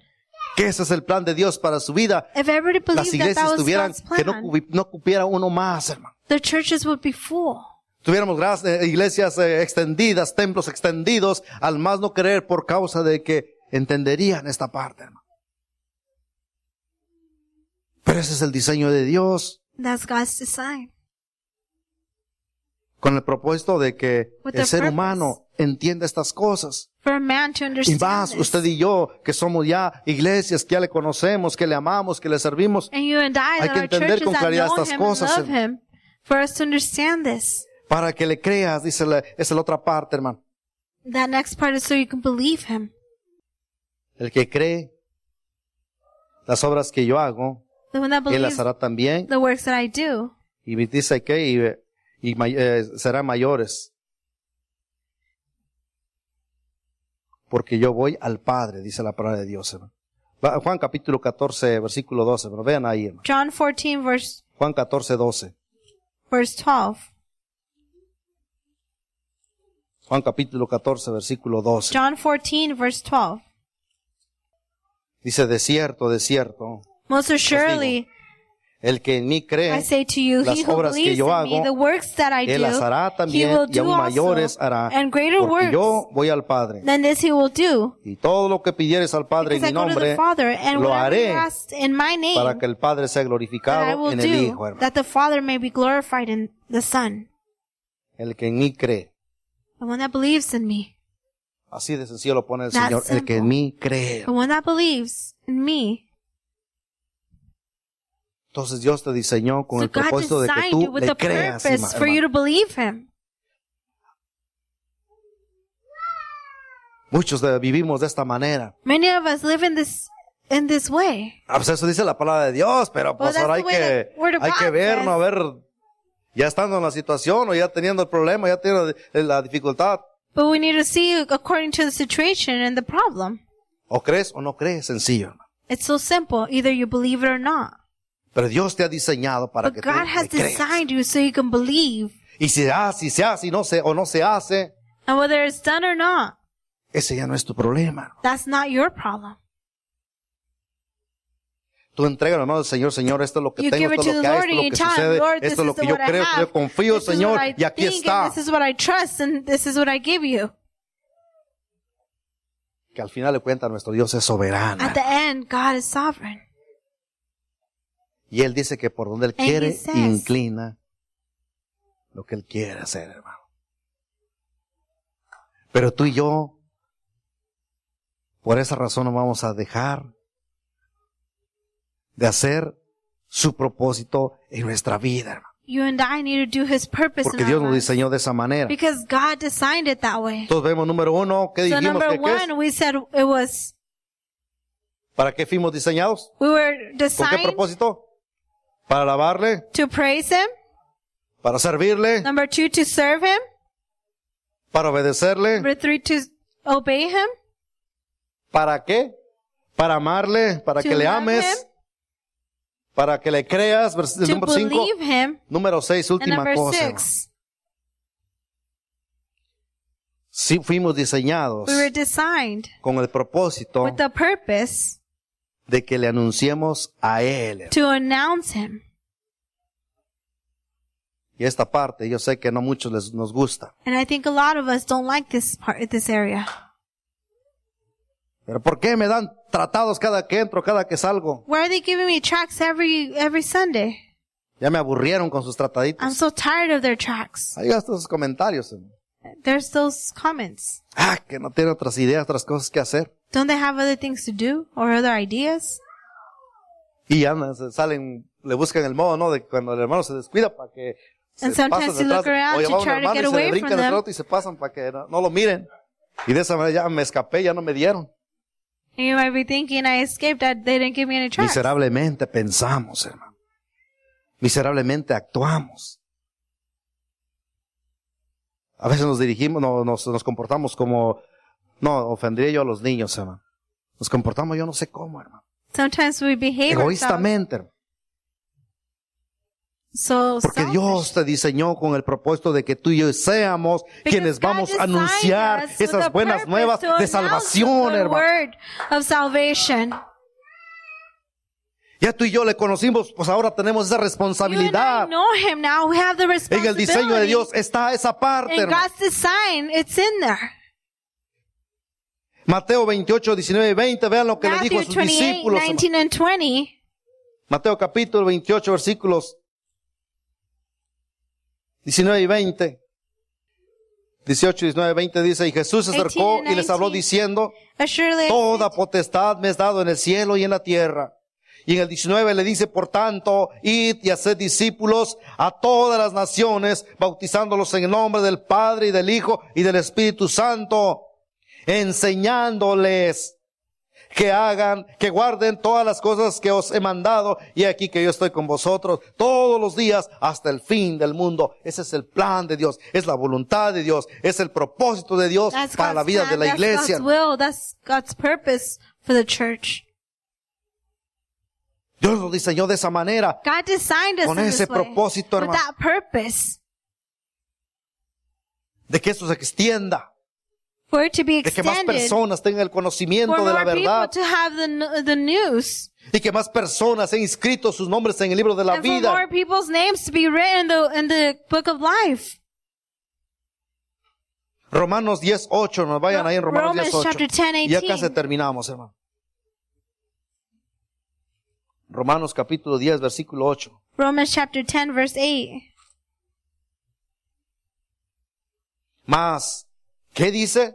que ese es el plan de Dios para su vida,
if everybody
las
believed that
iglesias
that was
tuvieran
God's
que no,
plan,
cubi- no cupiera uno más, hermano.
the churches would be full.
Tuviéramos gra- eh, iglesias eh, extendidas, templos extendidos, al más no creer por causa de que entenderían esta parte, hermano. Pero ese es el diseño de Dios
That's God's design.
con el propósito de que
With
el
the
ser
purpose.
humano entienda estas cosas.
For a man to
Y
understand
más,
this.
usted y yo, que somos ya iglesias, que ya le conocemos, que le amamos, que le servimos,
And you and
Hay
I, that
que
our
entender
churches
con
that
claridad
know
estas
him
cosas, eh."
and love
hermano.
him, for us to understand this.
para que le creas, dice la, esa es la otra parte, hermano.
That next part is so you can believe him.
El que cree las obras que yo hago,
The one that
él
believes
las hará también.
the works that I do,
Y dice que y, eh, y may- eh, será mayores. Porque yo voy al Padre, dice la palabra de Dios, hermano. Va- Juan capítulo 14, versículo 12, hermano. Vean ahí, hermano.
John 14 verse,
Juan 14, 12.
verse 12.
Juan capítulo 14, versículo 12.
John 14 verse 12.
Dice, de cierto, de cierto,
Most assuredly,
el que en mí
I
cree,
say to you,
eh, las
he who
obras que
believes
yo
in me,
hago,
the works that I do,
él las hará
he
también
will
y
do
aún mayores
also,
hará.
and greater
Porque
works
yo voy al Padre.
than this he will do,
Y todo lo que pidieres al Padre en
because
mi
I go to
nombre,
the Father, and
lo
whatever you
haré
ask in my
para
name,
que el Padre sea
that I
glorificado
will
en el
do,
Hijo, hermano.
that the Father may be glorified in the Son,
El que en mí cree.
the one that believes in me,
Así de sencillo lo pone el
That's
Señor. El que en
simple.
mí cree.
the one that believes in me.
Entonces Dios te diseñó con
so
el
God
propósito de que
designed you
tú
with
le
the
creas,
purpose for you
hermano.
to believe him.
Muchos de- vivimos de esta manera.
Many of us live in this in this way.
Ah, pues eso dice la palabra de Dios, pero pues
Well, that's
ahora hay
the way
que,
the Word of
hay
God
que ver,
says.
no a ver, ya estando en la situación o ya teniendo el problema, ya teniendo la dificultad,
But we need to see according to the situation and the problem.
o crees o no crees, sencillo. hermano.
It's so simple. Either you believe it or not.
Pero Dios te ha diseñado para
But
que
God
tú
has
le creas.
designed you so you can believe.
Y si hace, y se hace, y no se, o no se hace,
And whether it's done or not,
ese ya no es tu problema. hermano.
that's not your problem.
Tú entregas la mano al Señor, Señor, esto es lo que
You
tengo,
give it
esto
to
es
the
lo que hay,
Lord
esto es lo que sucede,
and you tell him, Lord, this
esto es lo
is
que
the
yo
what I
creo, esto yo
have.
confío,
this is
Señor,
what I
y aquí
think and
está.
this is what I trust and this is what I give you.
Que al final de cuentas nuestro Dios es soberano.
At the end, God is soverean.
Y Él dice que por donde Él
And he
quiere,
says-
inclina lo que Él quiere hacer, hermano. Pero tú y yo, por esa razón no vamos a dejar de hacer su propósito en nuestra vida, hermano.
You and I need to do His purpose
Porque
in
Dios
our
nos
lives.
diseñó de esa manera.
Because God designed it that way.
Entonces vemos número uno, ¿qué
So
dijimos
number
que qué es?
one, we said it was
¿Para qué fuimos diseñados?
we were
¿Con qué
designed
propósito? Para alabarle,
to praise Him.
para servirle,
Number two, to serve Him.
para obedecerle.
Number three, to obey Him.
¿Para qué? Para amarle, para
To
que le
love
ames,
him.
para que le creas. Vers-
To
número cinco.
believe Him.
Número seis,
And
última
number
cosa. hermano.
six,
Sí fuimos diseñados
we were designed
con el propósito
with the purpose
de que le anunciemos a Él.
to announce Him.
Y esta parte yo sé que no muchos les, nos gusta.
And I think a lot of us don't like this part, this area.
Pero ¿por qué me dan tratados cada que entro, cada que salgo?
Why are they giving me tracks every every Sunday?
Ya me aburrieron con sus trataditos.
I'm so tired of their tracks.
Ahí gastan sus comentarios. hermano.
There's those comments.
Ah, que no tiene otras ideas, otras cosas que hacer.
Don't they have other things to do or other ideas?
Y ya no, se salen, le buscan el modo, ¿no? De que cuando el hermano se descuida para que se
And sometimes
pasan
you
detrás.
look around
O
to
ya va un
try to
hermano
get
y se
away
le
from
brincan detrás
them.
otro y se pasan para que no, no lo miren. Y de esa manera ya me escapé, ya no me dieron.
And you might be thinking, I escaped. I, they didn't give me any tracks.
Miserablemente pensamos, hermano. Miserablemente actuamos. A veces nos dirigimos, no, nos, nos comportamos como, no, ofendería yo a los niños, hermano. Nos comportamos yo no sé cómo, hermano.
Sometimes we behave ourselves
Egoístamente, hermano.
so
Porque
selfish.
Dios te diseñó con el propósito de que tú y yo seamos
Because
quienes
God
vamos a
designed
anunciar
us with a
esas buenas
purpose
nuevas
to announce
de salvación,
the
hermano.
word of salvation.
Ya tú y yo le conocimos, pues ahora tenemos esa
You and I
responsabilidad.
know Him now. We have the
En el
responsibility.
diseño de Dios está esa parte,
In
hermano.
God's design, it's in there.
Mateo 28, 19 y 20, vean lo que le dijo a
Matthew
sus
28,
discípulos. hermano.
19 and 20.
Mateo capítulo 28, versículos 19 y 20. 18, 19, 20 dice, y Jesús se
18
acercó y les habló
19.
diciendo,
Assuredly, I
Toda potestad me es dado en el cielo y en la tierra. Y en el 19 le dice, por tanto, id y haced discípulos a todas las naciones, bautizándolos en el nombre del Padre y del Hijo y del Espíritu Santo, enseñándoles que hagan, que guarden todas las cosas que os he mandado. Y aquí que yo estoy con vosotros todos los días hasta el fin del mundo. Ese es el plan de Dios, es la voluntad de Dios, es el propósito de Dios
That's
para la
God's
vida de
plan,
la
that's
iglesia.
God's will. That's God's purpose for the church.
Dios lo diseñó de esa manera.
God designed us
Con
in
ese
this way,
propósito,
with
hermano.
that purpose,
de que esto se extienda,
for it to be
de que más
extended,
personas tengan el
for
conocimiento de la
more people
verdad
to have the n- the news,
y que más personas han inscrito sus nombres en el libro de la
and for more
vida.
people's names to be written in the in the book of life.
Romanos 10.8, nos vayan ahí en Romanos
Romans
10.8.
chapter 10,
Y acá
18.
se terminamos, hermano. Romanos capítulo 10, versículo 8.
Romans chapter 10, verse 8.
Más, ¿qué dice?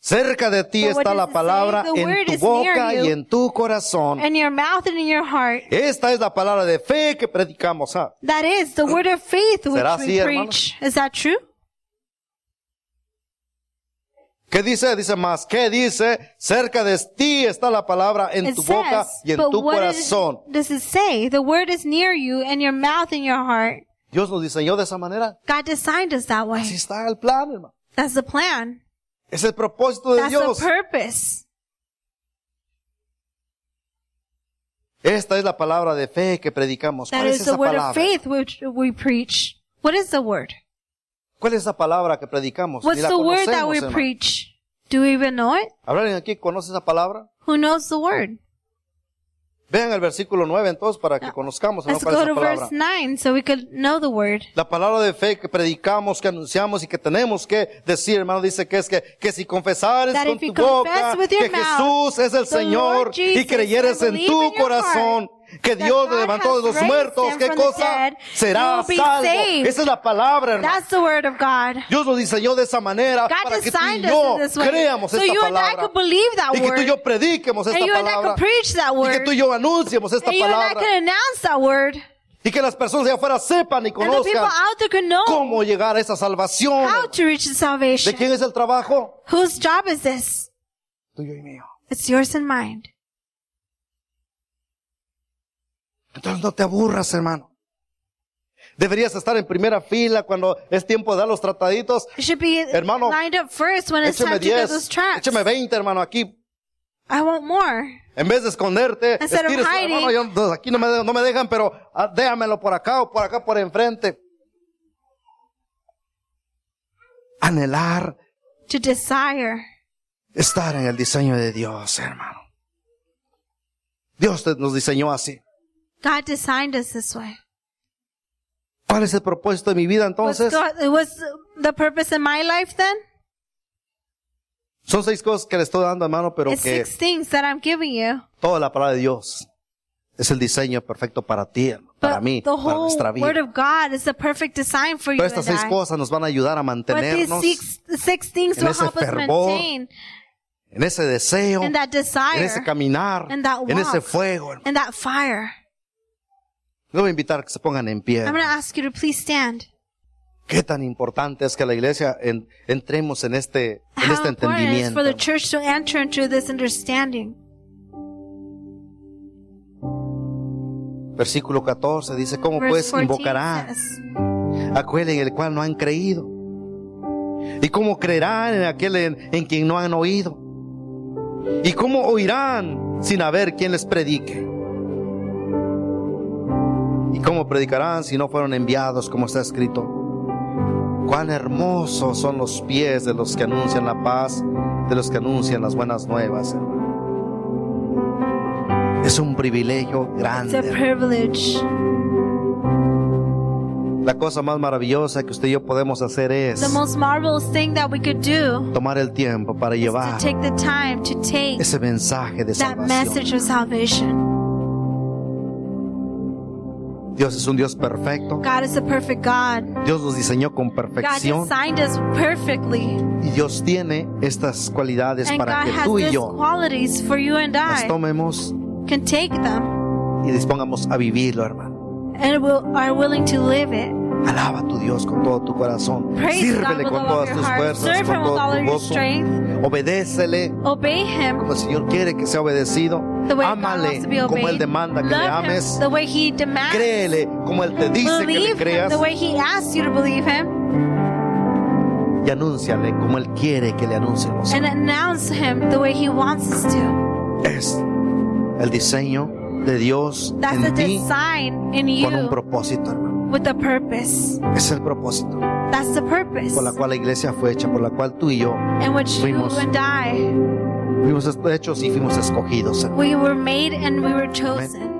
Cerca de ti
But what
está
does
la
it say?
palabra
The
en
word
tu
is near
boca y
you.
en tu corazón.
In your mouth and in your heart.
Esta es la palabra de fe que predicamos. ah.
That is the word of faith which we
¿Será así,
preach. Is that true?
¿Qué dice? Dice más. ¿Qué dice? Cerca de ti está la palabra en
it
tu boca
says,
y en
but
tu
what is-
corazón.
does it say? The word is near you, in your mouth and your heart.
Dios nos diseñó de esa manera.
God designed us that way.
Así está el plan, hermano.
That's the plan.
Es el propósito de
That's
Dios.
the purpose.
Esta es la palabra de fe que predicamos.
That
¿Cuál es
is the
esa
word
palabra?
of faith which we preach. What is the word?
¿Cuál es esa palabra que predicamos? Ni
What's
la
the word that
conocemos,
we
hermano.
preach? Do we even know it?
¿Hablan aquí? ¿Conoce esa palabra?
Who knows the word?
Vean el versículo 9 entonces para que
Now,
conozcamos hermano,
Let's
cuál es
go
esa
to
palabra.
verse 9 so we could know the word.
La palabra de fe que predicamos, que anunciamos y que tenemos que decir, hermano, dice que es que, que si confesares
That
con
if you
tu boca
confess with your
que
mouth
Jesús es el
the
Señor
Lord
y
Jesus
creyeres
and
en
believe
tu
in your
corazón que
that
Dios le
God
levantó
has
de los
raised
muertos,
him
¿qué
from the
cosa
dead, you
será
will be
salvo?
saved.
Esa es la palabra, hermano.
That's the word of God.
Dios lo diseñó de esa manera
God
para que tú y
designed us
yo
in this way.
creamos
so
esta
you and I
palabra
could believe that
y que tú y
word.
yo prediquemos
And
esta
you and I
palabra
could preach that
y que
word.
tú y yo anunciemos esta
And you and I
palabra
could announce that word.
y que las personas de afuera sepan y
And the people
conozcan
out there could know
cómo llegar a esa salvación.
how to reach the
¿De
salvation.
quién es el trabajo?
Whose job is this?
Tuyo y mío.
It's yours and mine.
Entonces no te aburras, hermano. Deberías estar en primera fila cuando es tiempo de dar los trataditos.
You should be
Hermano,
lined up first when it's
Écheme
time to get those
10,
tracks.
écheme 20, hermano, aquí.
I want more.
En vez de esconderte,
Instead of
estírese,
hiding.
hermano, yo- pues, aquí no me, de- no me dejan, pero ah, déjamelo por acá o por acá, por enfrente. Anhelar
To desire.
estar en el diseño de Dios, hermano. Dios te- nos diseñó así.
God designed us this way.
¿Cuál es el propósito de mi vida
Was
entonces?
Pues, God, was the purpose in my life then?
Son seis cosas que le estoy dando, hermano, pero
It's
que
six things that I'm giving you.
toda la palabra de Dios es el diseño perfecto para ti, para
But
mí,
the
para
whole
nuestra vida.
word of God is the perfect design for you
Pero estas
and
seis
I.
cosas nos van a ayudar a
But these
mantenernos
six, six things
en
will
ese
help us
fervor,
maintain
en ese deseo,
in
en
that desire,
ese caminar,
in that
en ese
walk.
fuego. hermano.
in that fire.
Le voy a invitar a que se pongan en pie.
I'm going to ask you to please stand.
Qué tan importante es que la iglesia en- entremos en este, en
How
este
important it is
entendimiento.
for the
hermano.
church to enter into this understanding.
Versículo 14 dice, ¿cómo
Verse
pues
14
invocará
says,
aquel en el cual no han creído? ¿Y cómo creerán en aquel en, en quien no han oído? ¿Y cómo oirán sin haber quien les predique? ¿Y cómo predicarán si no fueron enviados como está escrito? Cuán hermosos son los pies de los que anuncian la paz, de los que anuncian las buenas nuevas. hermano. Es un privilegio
It's
grande.
a
hermano.
privilege.
La cosa más maravillosa que usted y yo podemos hacer es
The most marvelous thing that we could do
tomar el tiempo para
is
llevar
to take the time to take
ese mensaje de
that
salvación.
message of salvation.
Dios es un Dios perfecto.
God is a perfect God.
Dios nos diseñó con
God
perfección
designed us perfectly.
y Dios tiene estas cualidades
And
para
God
que
has
tú y
these
yo
qualities for you and
las
I.
tomemos
Can take them
y dispongamos a vivirlo, hermano.
and will, are willing to live it.
Alaba a tu Dios con todo tu corazón.
Praise God
Sírvele
with
con
all of
todas
your
tus
heart.
fuerzas,
Serve
con
Him with all
todo
of
tu
your
gozo.
strength.
Obedécele
Obey Him
como el Señor quiere que sea obedecido.
the way God
Ámale
wants to be
como Él
obeyed.
demanda que le
Love
ames.
Him the way He demands.
Créele como Él te dice que le
Believe Him
creas.
the way He asks you to believe Him.
y anúnciale como Él quiere que le anuncien los
And announce Him the way He wants us to.
Es el diseño de Dios
That's the
en ti
design in
con un
you
propósito, hermano.
with a purpose.
Es el propósito
That's the purpose
por la cual la iglesia fue hecha, por la cual tú y yo
in which you
fuimos-
and I,
fuimos hechos y fuimos escogidos. hermano.
we were made and we were chosen.